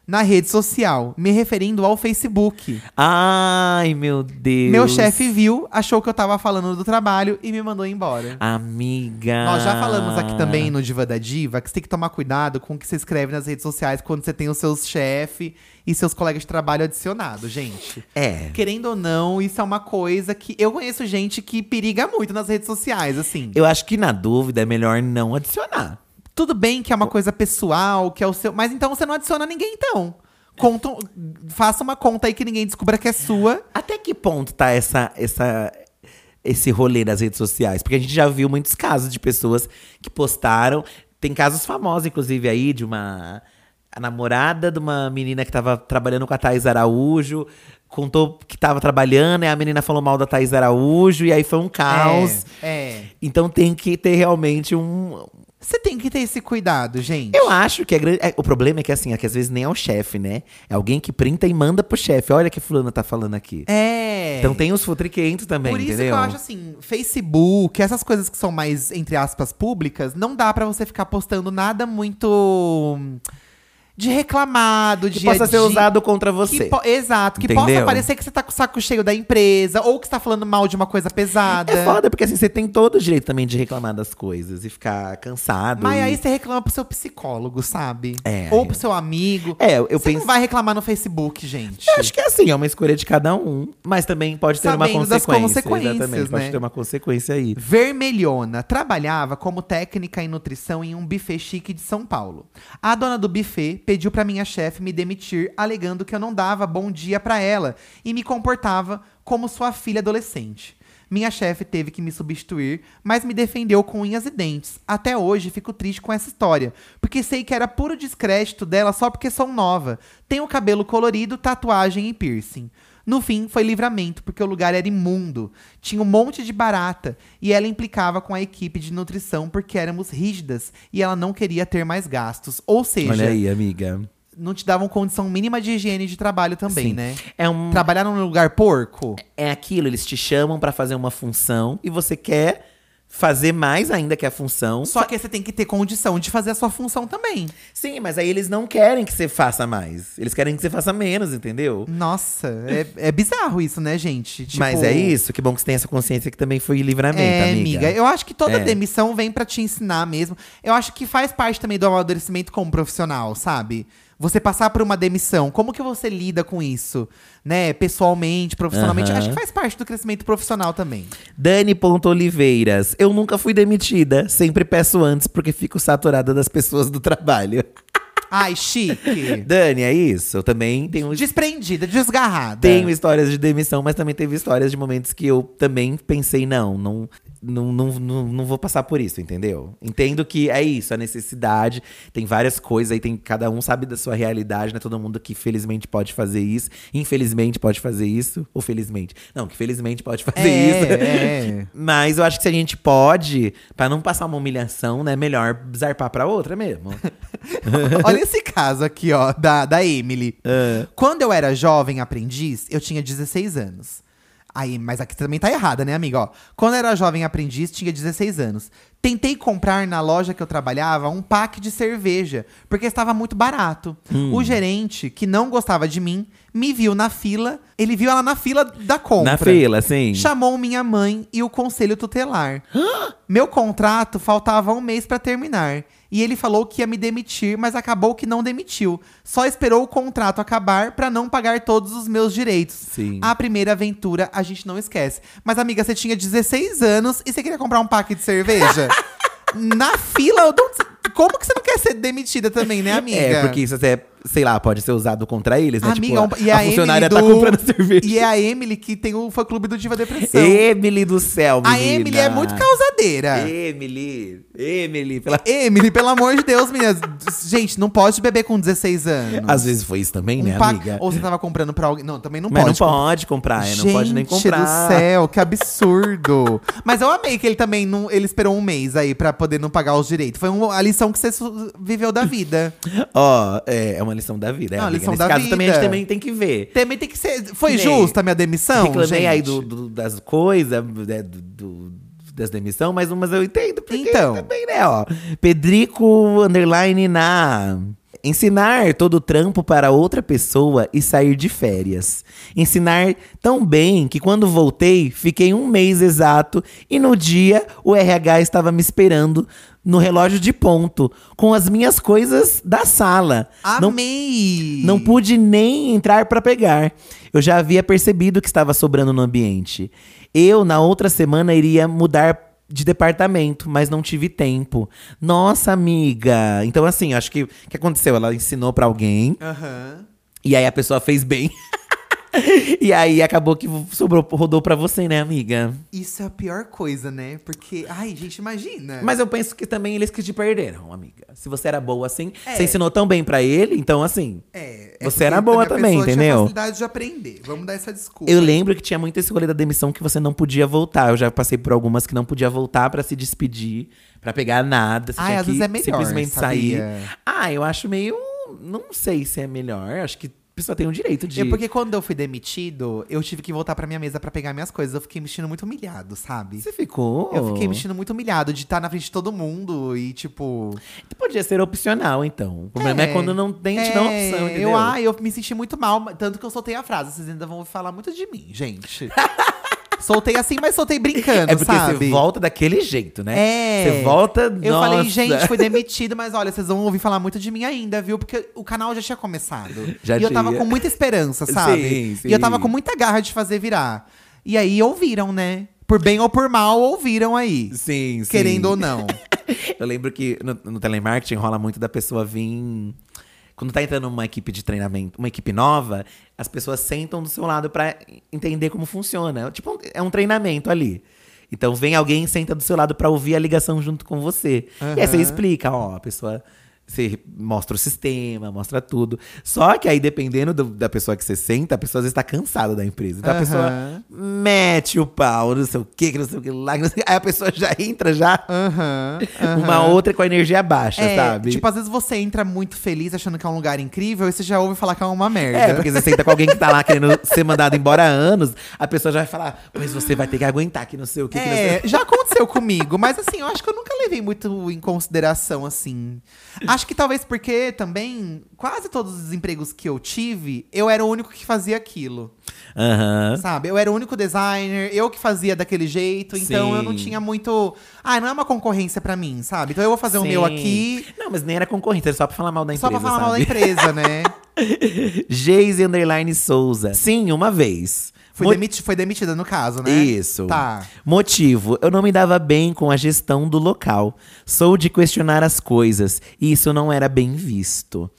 Na rede social, me referindo ao Facebook.
Ai, meu Deus.
Meu chefe viu, achou que eu tava falando do trabalho e me mandou embora.
Amiga.
Nós já falamos
Ah.
aqui também no Diva da Diva que você tem que tomar cuidado com o que você escreve nas redes sociais quando você tem os seus chefes e seus colegas de trabalho adicionados, gente.
É.
Querendo ou não, isso é uma coisa que. Eu conheço gente que periga muito nas redes sociais, assim.
Eu acho que na dúvida é melhor não adicionar.
Tudo bem que é uma coisa pessoal, que é o seu. Mas então você não adiciona ninguém, então. Conta, faça uma conta aí que ninguém descubra que é sua.
Até que ponto tá essa, essa, esse rolê das redes sociais? Porque a gente já viu muitos casos de pessoas que postaram. Tem casos famosos, inclusive, aí, de uma. A namorada de uma menina que tava trabalhando com a Thais Araújo contou que tava trabalhando, e a menina falou mal da Thais Araújo, e aí foi um caos.
É, é.
Então tem que ter realmente um,
Você tem que ter esse cuidado, gente.
Eu acho que é grande. é, o problema é que assim, é que às vezes nem é o chefe, né? É alguém que printa e manda pro chefe. Olha que fulano tá falando aqui.
É.
Então tem os futriquentos também,
Por isso
entendeu?
que eu acho assim, Facebook, essas coisas que são mais, entre aspas, públicas, não dá pra você ficar postando nada muito hum, de reclamado,
que
de
possa ser usado contra você.
exato, que possa
Entendeu?
parecer que você tá com o saco cheio da empresa, ou que você tá falando mal de uma coisa pesada.
É foda, porque assim, você tem todo o direito também de reclamar das coisas e ficar cansado.
Mas
e-
aí você reclama pro seu psicólogo, sabe?
É,
Ou
aí-
pro seu amigo.
É, eu
você
penso.
não vai reclamar no Facebook, gente.
Eu acho que é assim, é uma escolha de cada um, mas também pode ter uma
Sabendo
consequência.
das consequências,
exatamente,
né?
pode ter uma consequência aí.
Vermelhona trabalhava como técnica em nutrição em um buffet chique de São Paulo. A dona do buffet pediu pra minha chefe me demitir, alegando que eu não dava bom dia pra ela e me comportava como sua filha adolescente. Minha chefe teve que me substituir, mas me defendeu com unhas e dentes. Até hoje fico triste com essa história, porque sei que era puro descrédito dela só porque sou nova. Tenho cabelo colorido, tatuagem e piercing. No fim, foi livramento, porque o lugar era imundo. Tinha um monte de barata e ela implicava com a equipe de nutrição porque éramos rígidas e ela não queria ter mais gastos. Ou
Olha
seja,
aí, amiga.
não te davam condição mínima de higiene de trabalho também,
Sim.
né?
É um
Trabalhar num lugar porco?
é aquilo, eles te chamam pra fazer uma função e você quer fazer mais ainda que a função.
Só que você tem que ter condição de fazer a sua função também.
Sim, mas aí eles não querem que você faça mais. Eles querem que você faça menos, entendeu?
Nossa, é, é bizarro isso, né, gente? Tipo,
mas é isso, que bom que você tem essa consciência que também foi livramento,
É,
tá, amiga.
amiga. Eu acho que toda
É.
demissão vem pra te ensinar mesmo. Eu acho que faz parte também do amadurecimento como profissional, sabe? Você passar por uma demissão, como que você lida com isso, né? Pessoalmente, profissionalmente,
Aham.
acho que faz parte do crescimento profissional também.
Dani.oliveiras,
(laughs)
eu nunca fui demitida, sempre peço antes porque fico saturada das pessoas do trabalho.
Ai,
(laughs)
chique.
Dani, é isso. Eu também tenho,
Desprendida, desgarrada.
tenho histórias de demissão, mas também teve histórias de momentos que eu também pensei, não, não. Não, não, não, não vou passar por isso, entendeu? Entendo que é isso, a necessidade. Tem várias coisas aí, tem, cada um sabe da sua realidade, né? Todo mundo que felizmente pode fazer isso, infelizmente pode fazer isso, ou felizmente. Não, que felizmente pode fazer isso.
É, é.
(laughs) Mas eu acho que se a gente pode, pra não passar uma humilhação, né? Melhor zarpar pra outra mesmo.
(laughs) Olha esse caso aqui, ó, da, da Emily.
É.
Quando eu era jovem aprendiz, eu tinha 16 anos. Aí, mas aqui também tá errada, né, amiga? Ó, quando eu era jovem aprendiz, tinha 16 anos. Tentei comprar na loja que eu trabalhava um pack de cerveja, porque estava muito barato.
Hum.
O gerente, que não gostava de mim, me viu na fila. Ele viu ela na fila da compra.
Na fila, assim. sim.
Chamou minha mãe e o conselho tutelar. Meu contrato faltava um mês pra terminar. E ele falou que ia me demitir, mas acabou que não demitiu. Só esperou o contrato acabar pra não pagar todos os meus direitos.
Sim.
A primeira aventura a gente não esquece. Mas, amiga, você tinha 16 anos e você queria comprar um pack de
(laughs)
cerveja? Na fila, eu não sei- como que você não quer ser demitida também, né, amiga?
É, porque isso até, sei lá, pode ser usado contra eles, né?
Amiga, é um-
tipo,
e
a,
a,
a funcionária
Emily
tá
do-
comprando (laughs) cerveja.
E é a Emily que tem o fã-clube do Diva Depressão.
Emily do céu, menina.
é um- a Emily é muito causadeira.
Emily, Emily, pela...
Emily, pelo amor de Deus, meninas. Gente, não pode beber com 16 anos.
Às vezes foi isso também, né,
Um pa-
amiga?
Ou você tava comprando pra alguém. Não, também não
Mas
pode.
não pode comprar, é, não pode nem
Gente do
comprar.
céu, que absurdo. Mas eu amei que ele também não. Ele esperou um mês aí pra poder não pagar os direitos. Foi uma, a lição que você su- viveu da vida.
Ó, é, é uma lição da vida. É,
É uma
amiga.
lição
Nesse
da
caso também a gente
vida.
também tem que ver.
Também tem que ser. Foi
Nem.
justa a minha demissão?
Reclamei
gente?
aí do, do- das coisas, né, do- do- das demissão, mas umas eu entendo. Porque
Então.
Também, né, ó. Pedrico, underline, na... Ensinar todo o trampo para outra pessoa e sair de férias. Ensinar tão bem que quando voltei, fiquei um mês exato e no dia o RH estava me esperando no relógio de ponto, com as minhas coisas da sala.
Ah,
Não
Amei!
não pude nem entrar pra pegar. Eu já havia percebido que estava sobrando no ambiente. Eu, na outra semana, iria mudar de departamento, mas não tive tempo. Nossa, amiga. Então, assim, acho que o que aconteceu? Ela ensinou pra alguém,
Aham.
e aí a pessoa fez bem. (laughs) e aí acabou que sobrou, rodou pra você, né, amiga?
Isso é a pior coisa, né? Porque. Ai, gente, imagina.
Mas eu penso que também eles que te perderam, amiga. Se você era boa assim, você ensinou tão bem pra ele, então assim.
É,
Você era
porque
boa
a
também,
pessoa Tinha
entendeu?
facilidade de aprender. Vamos dar essa desculpa. É
Eu lembro que tinha muita escolha da demissão que você não podia voltar. Eu já passei por algumas que não podia voltar pra se despedir, pra pegar nada. Você
Ah,
tinha
às
que
vezes é melhor,
simplesmente
sabia?
sair. Ah, eu acho meio. Não sei se é melhor. Acho que a pessoa tem o direito de.
Eu- porque quando eu fui demitido, eu tive que voltar pra minha mesa pra pegar minhas coisas. Eu fiquei me sentindo muito humilhado, sabe?
Você ficou.
Eu fiquei me sentindo muito humilhado de estar na frente de todo mundo e, tipo.
Então Podia ser opcional, então. O problema é, quando não tem, te dá uma
É,
opção, entendeu?
Eu, ai, eu me senti muito mal, tanto que eu soltei a frase. Vocês ainda vão falar muito de mim,
(laughs)
gente. soltei assim, mas soltei brincando,
é porque
sabe?
você volta daquele jeito, né?
É.
Você volta.
Eu
nossa.
falei, gente, foi demitido, mas olha, vocês vão ouvir falar muito de mim ainda, viu? Porque o canal já tinha começado.
Já
e eu tava
tinha.
com muita esperança, sabe?
Sim, sim.
E eu tava com muita garra de fazer virar. E aí ouviram, né? Por bem ou por mal, ouviram aí.
(laughs) Sim, sim.
Querendo ou
(laughs)
não.
Eu lembro que no, no telemarketing rola muito da pessoa vir. Quando tá entrando uma equipe de treinamento, uma equipe nova, as pessoas sentam do seu lado pra entender como funciona. Tipo, é um treinamento ali. Então vem alguém e senta do seu lado pra ouvir a ligação junto com você. E aí você explica, ó, a pessoa. Você mostra o sistema, mostra tudo. Só que aí, dependendo do- da pessoa que você senta, a pessoa às vezes tá cansada da empresa. Então a
Aham.
pessoa mete o pau, não sei o quê, que não sei o que lá. que não sei o quê. Aí a pessoa já entra já
Aham. aham.
uma outra com a energia baixa,
É,
sabe?
Tipo, às vezes você entra muito feliz achando que é um lugar incrível e você já ouve falar que é uma merda.
é, porque você senta com alguém que tá lá querendo ser mandado embora há anos, a pessoa já vai falar, mas você vai ter que aguentar que não sei o que. que não sei o
É,
quê."
já aconteceu comigo, mas assim, eu acho que eu nunca levei muito em consideração, assim. Acho que talvez porque também, quase todos os empregos que eu tive, eu era o único que fazia aquilo.
Aham.
Sabe? Eu era o único designer, eu que fazia daquele jeito, então eu não
Sim.
tinha muito. Ah, não é uma concorrência pra mim, sabe? Então eu vou fazer o
Sim.
meu aqui.
Não, mas nem era concorrente, era só pra falar mal da
Só
empresa.
pra falar mal da
(laughs) sabe? (laughs)
empresa, né?
Geise Underline Souza. Sim, uma vez.
Foi,
Mo-
demiti- foi demitida, no caso, né?
Isso.
Tá.
Motivo: eu não me dava bem com a gestão do local. Sou de questionar as coisas e isso não era bem visto.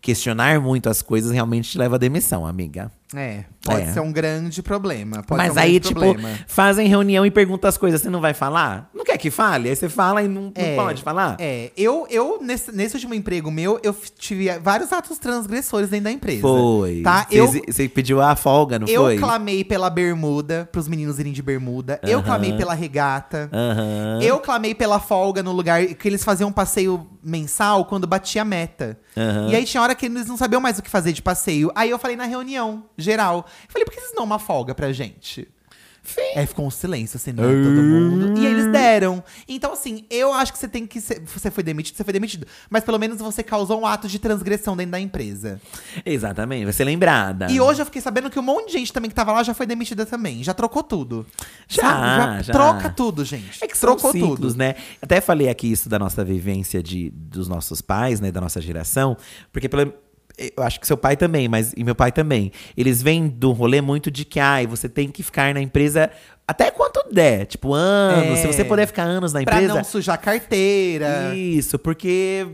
Questionar muito as coisas realmente te leva à demissão, amiga.
É, pode
É.
ser um grande problema. Pode
Mas
ser um
aí,
grande
tipo,
problema.
fazem reunião e perguntam as coisas, você não vai falar? Não quer que fale? Aí você fala e não, não
É,
pode falar?
É, eu, eu nesse, nesse último emprego meu, eu f- tive vários atos transgressores dentro da empresa.
Foi.
Tá?
Você
Eu,
exi- Você pediu a folga, não
eu
foi?
clamei pela bermuda, pros meninos irem de bermuda. Eu clamei pela regata.
Aham.
Eu clamei pela folga no lugar que eles faziam um passeio mensal quando batia a meta. E aí tinha hora que eles não sabiam mais o que fazer de passeio. Aí eu falei na reunião geral. Eu falei, por que vocês não dão uma folga pra gente? Aí ficou um silêncio, assim, né? Todo mundo. E aí
Ah.
eles deram. Então, assim, eu acho que você tem que. Ser, você foi demitido, você foi demitido. Mas pelo menos você causou um ato de transgressão dentro da empresa.
Exatamente, vai ser lembrada.
E hoje eu fiquei sabendo que um monte de gente também que tava lá já foi demitida também. Já trocou tudo.
Já,
Sabe?
já.
Troca tudo, gente.
É que são
trocou
ciclos,
tudo.
né? Até falei aqui isso da nossa vivência de, dos nossos pais, né? Da nossa geração. Porque pelo- eu acho que seu pai também, mas e meu pai também. Eles vêm do rolê muito de que, ai, você tem que ficar na empresa até quanto der. Tipo, anos.
É.
Se você puder ficar anos na
Pra
empresa.
não sujar carteira.
Isso, porque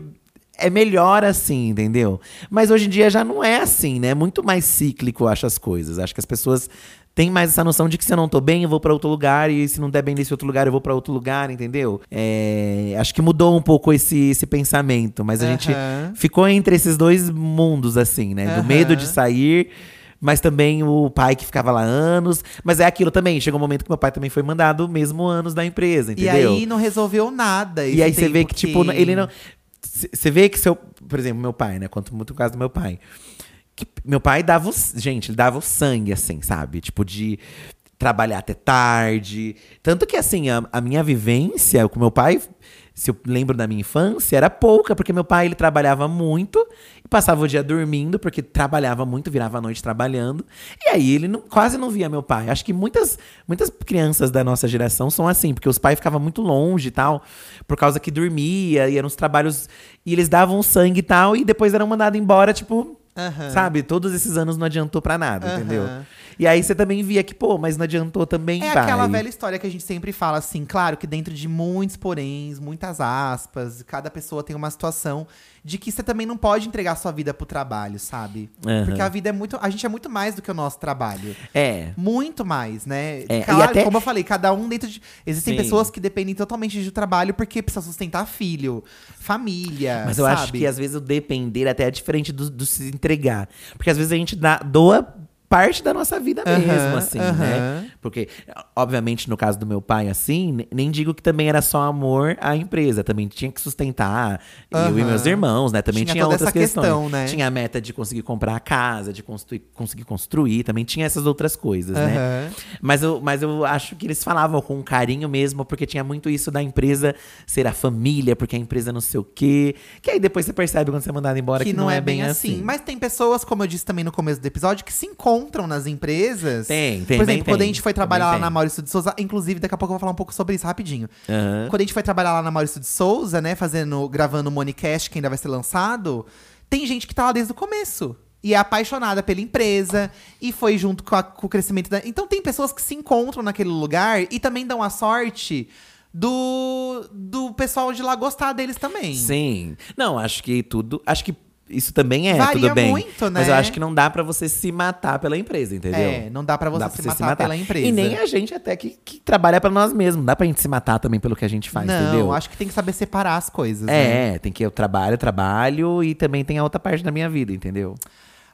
é melhor assim, entendeu? Mas hoje em dia já não é assim, né? É muito mais cíclico, eu acho, as coisas. Acho que as pessoas têm mais essa noção de que se eu não tô bem, eu vou pra outro lugar. E se não der bem nesse outro lugar, eu vou pra outro lugar, entendeu? É, acho que mudou um pouco esse, esse pensamento. Mas a gente
Aham.
ficou entre esses dois mundos, assim, né? Do
Aham.
medo de sair… Mas também o pai que ficava lá anos. Mas é aquilo também. Chegou um momento que meu pai também foi mandado mesmo anos da
E
empresa, entendeu?
aí não resolveu nada.
E
esse
aí você vê
tempo
que, tipo, ele não. c- Você vê que seu. Por exemplo, meu pai, né? Conto muito o caso do meu pai. Que meu pai dava. o s- Gente, ele dava o sangue, assim, sabe? Tipo, de trabalhar até tarde. Tanto que, assim, a, a minha vivência com meu pai. Se eu lembro da minha infância, era pouca, porque meu pai ele trabalhava muito e passava o dia dormindo, porque trabalhava muito, virava a noite trabalhando. E aí ele não- quase não via meu pai. Acho que muitas, muitas crianças da nossa geração são assim, porque os pais ficavam muito longe e tal, por causa que dormia, e eram os trabalhos. E eles davam sangue e tal, e depois eram mandados embora, tipo.
Aham.
Sabe? Todos esses anos não adiantou pra nada,
Aham.
entendeu? E aí você também via que, pô, mas não adiantou também,
É
pai.
aquela velha história que a gente sempre fala assim, claro que dentro de muitos poréns, muitas aspas, cada pessoa tem uma situação de que você também não pode entregar sua vida pro trabalho, sabe?
Aham.
Porque a vida é muito. A gente é muito mais do que o nosso trabalho.
É.
Muito mais, né?
É, e
Claro,
até-
como eu falei, cada um dentro de. Existem
Sim.
pessoas que dependem totalmente do trabalho porque precisa sustentar filho, família.
Mas eu
sabe?
acho que às vezes o depender até é diferente do, do se entregar. Porque às vezes a gente dá, doa parte da nossa vida mesmo,
Aham,
assim,
aham.
né? Porque, obviamente, no caso do meu pai, assim, ne- nem digo que também era só amor à empresa. Também tinha que sustentar eu e
Aham.
meus irmãos, né? Também
Tinha
tinha,
toda
outras
essa
questões.
questão, né?
Tinha a meta de conseguir comprar a casa, de construir, conseguir construir. Também tinha essas outras coisas, né?
Aham.
Mas eu, mas eu acho que eles falavam com carinho mesmo, porque tinha muito isso da empresa ser a família, porque a empresa não sei o quê. Que aí depois você percebe quando você é mandado embora que, não, é bem assim.
Mas tem pessoas, como eu disse também no começo do episódio, que se encontram nas empresas.
Tem, tem,
Por
bem
exemplo, quando a
tem.
gente foi trabalhar lá
Também
na
tem.
Maurício de Souza, inclusive daqui a pouco eu vou falar um pouco sobre isso rapidinho.
Aham.
Quando a gente foi trabalhar lá na Maurício de Souza, né, fazendo, gravando o Monicast, que ainda vai ser lançado, tem gente que tá lá desde o começo. E é apaixonada pela empresa, e foi junto com, a- com o crescimento da. Então tem pessoas que se encontram naquele lugar e também dão a sorte do, do pessoal de lá gostar deles também.
Sim. Não, acho que tudo. Acho que isso também é,
Varia
tudo bem.
muito, né?
Mas eu acho que não dá pra você se matar pela empresa, entendeu?
É, não dá pra você
Dá
se matar pela empresa.
E nem a gente até que, que trabalha pra nós mesmos. Dá pra gente se matar também pelo que a gente faz,
não,
entendeu?
acho que tem que saber separar as coisas. né?
É, tem que eu trabalho, trabalho e também tem a outra parte da minha vida, entendeu?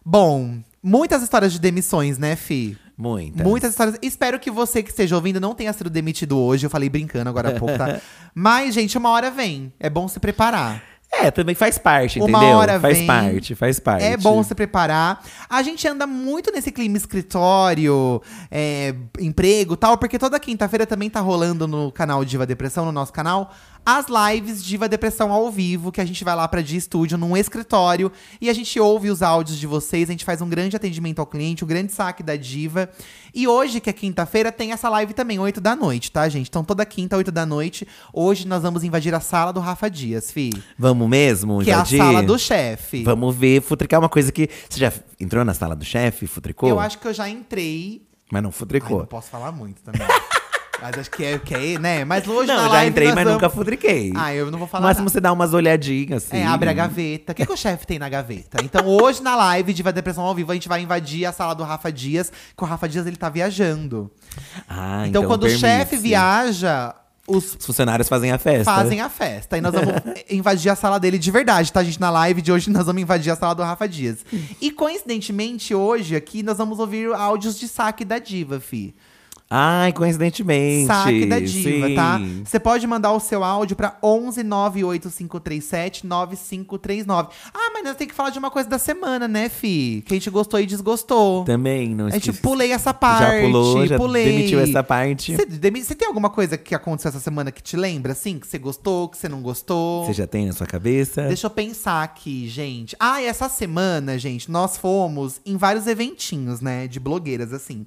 Bom, muitas histórias de demissões, né, Fi?
Muita.
Muitas histórias. Espero que você que esteja ouvindo não tenha sido demitido hoje. Eu falei brincando agora há pouco, (laughs) tá? Mas, gente, uma hora vem. É bom se preparar.
É, também faz parte,
Uma
entendeu?
hora
faz
vem.
parte, faz parte.
É bom se preparar. A gente anda muito nesse clima escritório, é, emprego e tal, porque toda quinta-feira também tá rolando no canal Diva Depressão, no nosso canal, as lives Diva Depressão ao vivo, que a gente vai lá pra de estúdio, num escritório, e a gente ouve os áudios de vocês, a gente faz um grande atendimento ao cliente, um grande saque da Diva. E hoje, que é quinta-feira, tem essa live também, 8 da noite, tá, gente? Então toda quinta, 8 da noite, hoje nós vamos invadir a sala do Rafa Dias, fi.
Vamos mesmo,
Que é a
invadir?
sala do chefe.
Vamos ver, futricar é uma coisa que. Você já entrou na sala do chefe, futricou?
Eu acho que eu já entrei.
Mas não
Ai, não
futricou.
posso falar muito também. (laughs) Mas acho que é, que é né? Mas hoje na
não, já
live
entrei,
nós
mas
vamos-
nunca futriquei.
Ah, eu não vou falar
Mas
nada.
você dá umas olhadinhas, assim.
É, abre a gaveta. O que, que o chefe tem na gaveta? Então, hoje na live de Vai Depressão ao Vivo, a gente vai invadir a sala do Rafa Dias, que o Rafa Dias ele tá viajando.
Ah,
Então, quando
permite.
o chefe viaja, os
Os funcionários fazem a festa.
fazem a festa. E nós
(laughs)
vamos invadir a sala dele de verdade, tá, gente? Na live de hoje, nós vamos invadir a sala do Rafa Dias. E coincidentemente, hoje aqui, nós vamos ouvir áudios de saque da diva, fi.
Ai, coincidentemente.
Saque da diva,
sim.
tá? Você pode mandar o seu áudio pra 11 98537 9539. Ah, mas nós tem que falar de uma coisa da semana, né, fi? Que a gente gostou e desgostou.
Também, Então, não
A gente
esquece.
pulei essa parte.
Já pulou, já
pulei.
demitiu essa parte.
Você demi- você tem alguma coisa que aconteceu essa semana que te lembra, assim? Que você gostou, que você não gostou?
Você já tem na sua cabeça?
Deixa eu pensar aqui, gente. Ah, e essa semana, gente, nós fomos em vários eventinhos, né? De blogueiras, assim.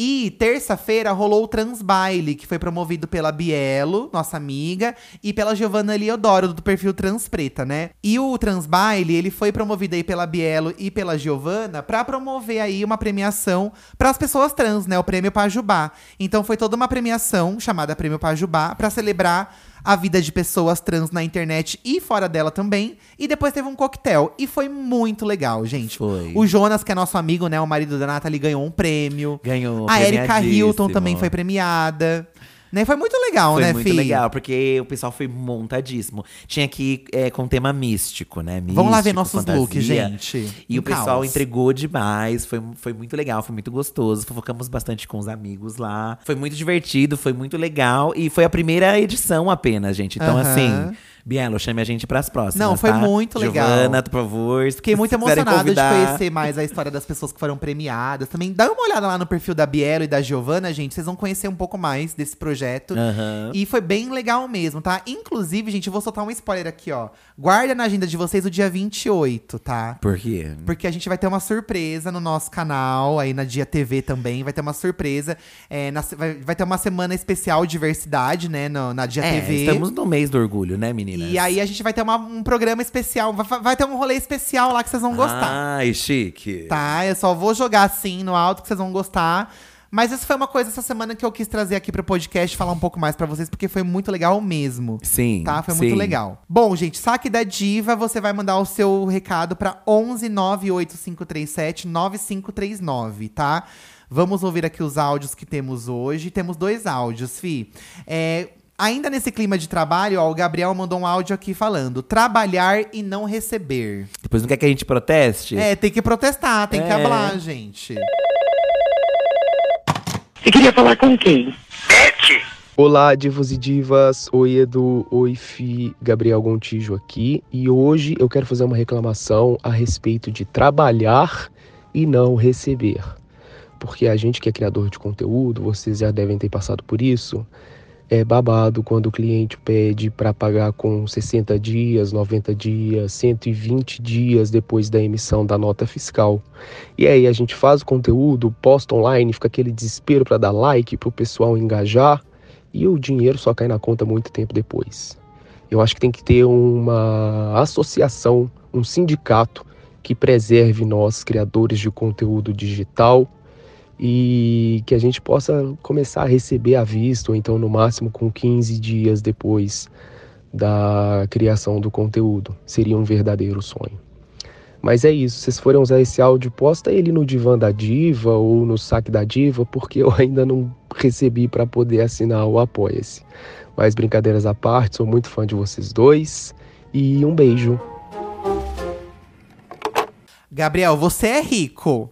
E terça-feira rolou o Transbaile, que foi promovido pela Bielo, nossa amiga, e pela Giovanna Eliodoro, do perfil Transpreta, né? E o Transbaile, ele foi promovido aí pela Bielo e pela Giovanna pra promover aí uma premiação para as pessoas trans, né? O Prêmio Pajubá. Então foi toda uma premiação chamada Prêmio Pajubá pra celebrar a vida de pessoas trans na internet e fora dela também. E depois teve um coquetel. E foi muito legal, gente.
Foi.
O Jonas, que é nosso amigo, né? O marido da Nathalie, ganhou um prêmio.
Ganhou, um
A Ah, Erika Hilton
premiadíssimo.
também foi premiada. Né? Foi muito legal,
Foi
né,
muito
Fih?
legal, porque o pessoal foi montadíssimo. Tinha que ir é, com tema místico, né? Místico,
Vamos lá ver nossos
fantasia.
looks, gente.
E
Um
o pessoal
caos.
entregou demais, foi, foi muito legal, foi muito gostoso. Fofocamos bastante com os amigos lá. Foi muito divertido, foi muito legal. E foi a primeira edição apenas, gente. Então,
Aham.
assim, Bielo, chame a gente pras próximas.
Não, foi
tá?
muito legal.
Giovana, por favor.
Fiquei muito emocionada de conhecer mais a história das pessoas que foram premiadas. Também dá uma olhada lá no perfil da Bielo e da Giovana, gente. Vocês vão conhecer um pouco mais desse projeto.
Aham.
E foi bem legal mesmo, tá? Inclusive, gente, eu vou soltar um spoiler aqui, ó. Guarda na agenda de vocês o dia 28, tá?
Por quê?
Porque a gente vai ter uma surpresa no nosso canal, aí na Dia TV também. Vai ter uma surpresa. é, na se- vai, vai ter uma semana especial diversidade, né? no- na Dia
É,
TV.
estamos no mês do orgulho, né, meninas?
E aí a gente vai ter uma- um programa especial. Vai, vai ter um rolê especial lá que vocês vão gostar.
Ai, chique.
Tá, eu só vou jogar assim no alto que vocês vão gostar. Mas isso foi uma coisa essa semana que eu quis trazer aqui pro podcast, falar um pouco mais pra vocês, porque foi muito legal mesmo.
Sim.
Tá, foi
sim.
muito legal. Bom, gente, saque da diva, você vai mandar o seu recado pra 11 98537 9539, tá? Vamos ouvir aqui os áudios que temos hoje. Temos dois áudios, Fi. É, ainda nesse clima de trabalho, ó, o Gabriel mandou um áudio aqui falando: trabalhar e não receber.
Depois não quer que a gente proteste?
É, tem que protestar, tem que
É.
hablar, gente.
Você queria falar com quem?
Olá, divos e divas. Oi, Edu. Oi, Fi. Gabriel Gontijo aqui. E hoje eu quero fazer uma reclamação a respeito de trabalhar e não receber. Porque a gente que é criador de conteúdo, vocês já devem ter passado por isso. É babado quando o cliente pede para pagar com 60 dias, 90 dias, 120 dias depois da emissão da nota fiscal. E aí a gente faz o conteúdo, posta online, fica aquele desespero para dar like, para o pessoal engajar e o dinheiro só cai na conta muito tempo depois. Eu acho que tem que ter uma associação, um sindicato que preserve nós, criadores de conteúdo digital, e que a gente possa começar a receber à vista, ou então no máximo com 15 dias depois da criação do conteúdo. Seria um verdadeiro sonho. Mas é isso, se vocês forem usar esse áudio, posta ele no divã da diva ou no saque da diva, porque eu ainda não recebi para poder assinar o Apoia-se. Mas brincadeiras à parte, sou muito fã de vocês dois e um beijo.
Gabriel, você é rico.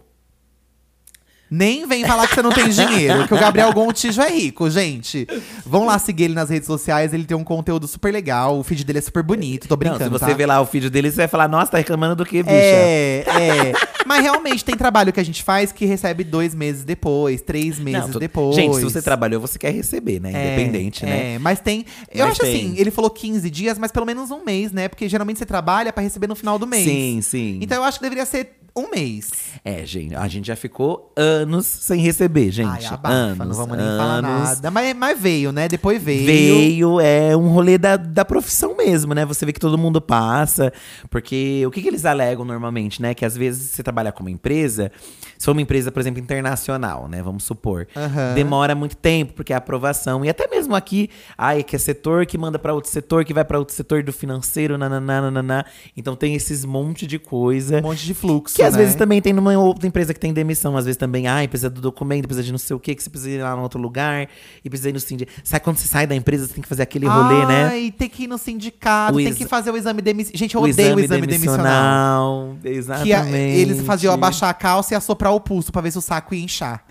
Nem vem falar que você não
(laughs)
tem dinheiro, que o Gabriel Gontijo é rico, gente. Vão lá seguir ele nas redes sociais, ele tem um conteúdo super legal, o feed dele é super bonito, tô
Não,
brincando,
se você
tá?
ver lá o vídeo dele, você vai falar, nossa, tá reclamando do que, bicha?
É, é. Mas realmente tem trabalho que a gente faz que recebe dois meses depois, três
Não,
meses
tu-
depois.
Gente, se você trabalhou, você quer receber, né? Independente,
é,
né?
É, mas tem. Eu
Mas
acho
tem.
assim, ele falou 15 dias, mas pelo menos um mês, né? Porque geralmente você trabalha pra receber no final do mês.
Sim, sim.
Então eu acho que deveria ser um mês.
É, gente, a gente já ficou anos sem receber,
Ai,
gente.
abafa,
anos,
não vamos nem
anos.
falar nada. Mas, mas veio, né? Depois veio.
Veio, é um rolê da, da profissão mesmo, né? Você vê que todo mundo passa. Porque o que, que eles alegam normalmente, né? Que às vezes você trabalha com uma empresa, se for uma empresa, por exemplo, internacional, né? Vamos supor.
Aham.
Demora muito tempo, porque é a aprovação. E até mesmo aqui, ai, que é setor que manda pra outro setor, que vai pra outro setor do financeiro, nananá, nananá. Então tem esses monte de coisa.
Um monte de fluxo.
Que às
né?
vezes também tem numa outra empresa que tem demissão, às vezes também, ai, precisa do documento, precisa de não sei o que, que você precisa ir lá no outro lugar, e precisa ir no sindicato. Sabe quando você sai da empresa, você tem que fazer aquele rolê, né?
Ai, tem que ir no sindicato,
O
tem
exa-
que fazer o exame demissional. Gente, eu odeio o exame demissional.
demissional.
Que a-
Exatamente.
eles faziam abaixar a calça e assoprar o pulso pra ver se o saco ia inchar.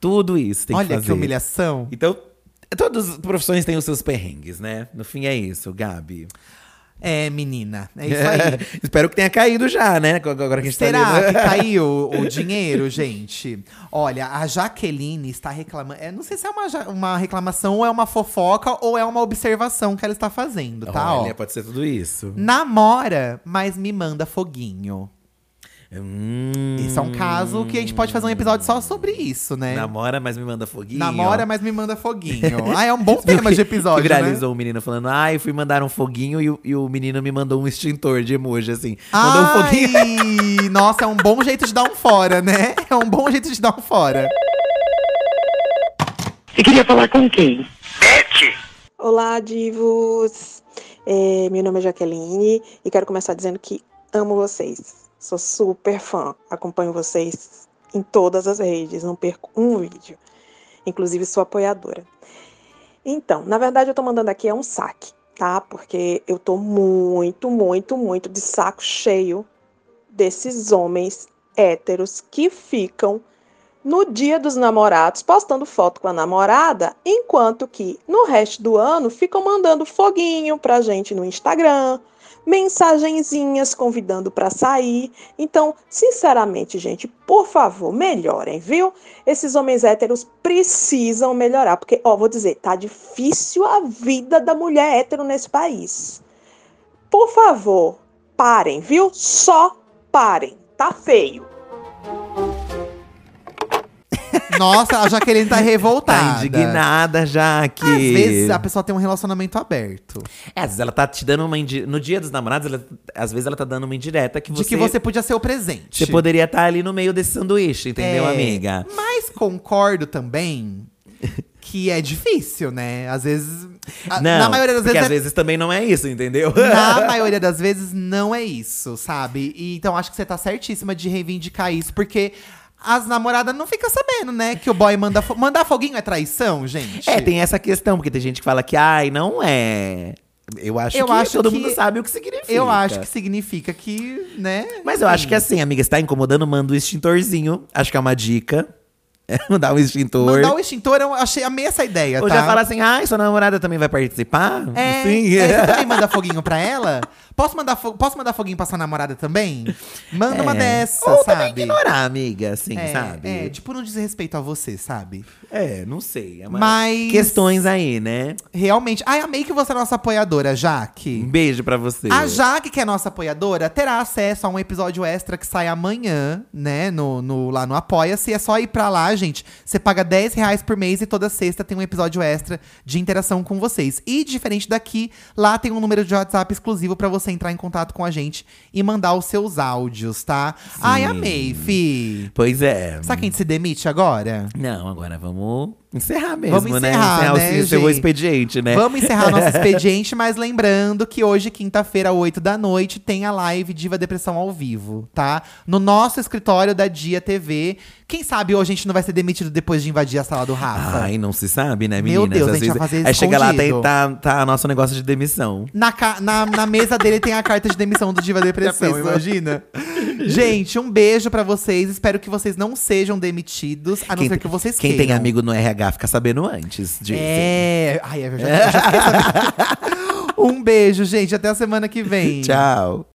Tudo isso tem
Olha
que
que,
fazer.
humilhação.
Então, todas as profissões têm os seus perrengues, né? No fim é isso, Gabi.
É, menina. É isso aí.
(laughs) Espero que tenha caído já, né? Agora que a gente tá
Será
lendo.
que caiu o dinheiro, gente? Olha, a Jaqueline está reclamando. É, não sei se é uma, ja- uma reclamação, ou é uma fofoca, ou é uma observação que ela está fazendo, tá?
(laughs) Olha,
Ó.
pode ser tudo isso.
Namora, mas me manda foguinho. um
Hum,
Isso é um caso que a gente pode fazer um episódio só sobre isso, né?
Namora, mas me manda foguinho.
Namora, mas me manda
(laughs)
foguinho. ah, é um bom tema de episódio,
que viralizou
né?
o menino falando, ai, fui mandar um foguinho e, o- e o menino me mandou um extintor de emoji, assim. Mandou um foguinho.
(laughs)
(laughs)
Ai, nossa, é um bom jeito de dar um fora, né? É um bom jeito de dar um fora.
Você queria falar com quem?
Olá, divos! É, meu nome é Jaqueline e quero começar dizendo que amo vocês. Sou super fã, acompanho vocês em todas as redes, não perco um vídeo. Inclusive sou apoiadora. Então, na verdade, eu tô mandando aqui é um saque, tá? Porque eu tô muito, muito, muito de saco cheio desses homens héteros que ficam no dia dos namorados, postando foto com a namorada, enquanto que no resto do ano ficam mandando foguinho pra gente no Instagram, mensagenzinhas convidando pra sair. Então, sinceramente, gente, por favor, melhorem, viu? Esses homens héteros precisam melhorar, porque, ó, vou dizer, tá difícil a vida da mulher hétero nesse país. Por favor, parem, viu? Só parem. Tá feio.
um Nossa, a Jaqueline tá revoltada.
(laughs) Tá indignada já que.
Às vezes a pessoa tem um relacionamento aberto.
É, às vezes ela tá te dando uma. indi- No dia dos namorados, ela- às vezes ela tá dando uma indireta que você.
De que você podia ser o presente.
você poderia estar ali no meio desse sanduíche, entendeu,
É,
amiga?
Mas concordo também que é difícil, né? Às vezes. a-
não,
na maioria das
porque
vezes.
às
é-
vezes também não (laughs) é isso, entendeu?
Na maioria das vezes não é isso, sabe? E, então acho que você tá certíssima de reivindicar isso, porque as namoradas não ficam sabendo, né? Que o boy manda. Fo mandar foguinho é traição, gente.
É, tem essa questão, porque tem gente que fala que, ai, não é. Eu acho
Eu
que
acho
todo
que-
mundo sabe o que significa.
Eu acho que significa que, né?
Mas eu acho que assim, amiga, se tá incomodando, manda um extintorzinho. Acho que é uma dica. (laughs) É, mandar um extintor.
Mandar o extintor, eu achei, amei essa ideia,
Ou
tá?
já fala assim, ai, sua namorada também vai participar?
É,
Sim.
é,
(laughs)
você também manda foguinho pra ela? Posso mandar, fo- posso mandar foguinho pra sua namorada também? Manda uma
É.
dessa,
Ou também
sabe?
ignorar, amiga, assim,
É,
sabe?
é, tipo, não diz respeito a você, sabe?
É, não sei. é uma-
Mas-
Questões aí, né?
Realmente. Ai, amei que você é nossa apoiadora,
Um
Jaque.
beijo pra você.
A Jaque, que é nossa apoiadora, terá acesso a um episódio extra que sai amanhã, né? No, no- lá no Apoia-se. É só ir pra lá, gente. Você paga 10 reais por mês e toda sexta tem um episódio extra de interação com vocês. E diferente daqui, lá tem um número de WhatsApp exclusivo pra você entrar em contato com a gente e mandar os seus áudios, tá? Ai, amei, fi.
Pois é.
Sabe quem se demite agora?
Não, agora vamos encerrar mesmo,
Vamos
né?
encerrar,
Encerrar
né,
o seu
gente?
expediente, né?
Vamos encerrar
(laughs)
nosso expediente, mas lembrando que hoje, quinta-feira, 8 da noite, tem a live Diva Depressão ao vivo, tá? No nosso escritório da Dia TV. Quem sabe hoje a gente não vai ser demitido depois de invadir a sala do Rafa?
Ai, não se sabe, né,
Meu
meninas?
Deus, a
Às
gente vai
vezes-
fazer
Aí chega lá, tem,
escondido.
tá, tá nosso negócio de demissão.
Na, ca- na, na mesa dele tem a carta de demissão do Diva Depressão,
(laughs) Já pensou?
imagina? Gente, um beijo pra vocês. Espero que vocês não sejam demitidos, a não ser que vocês
quem tem
queiram.
amigo no RH fica sabendo antes disso.
É. Ai, eu já, eu já fiquei sabendo. Um beijo, gente. Até a semana que vem.
(laughs) Tchau.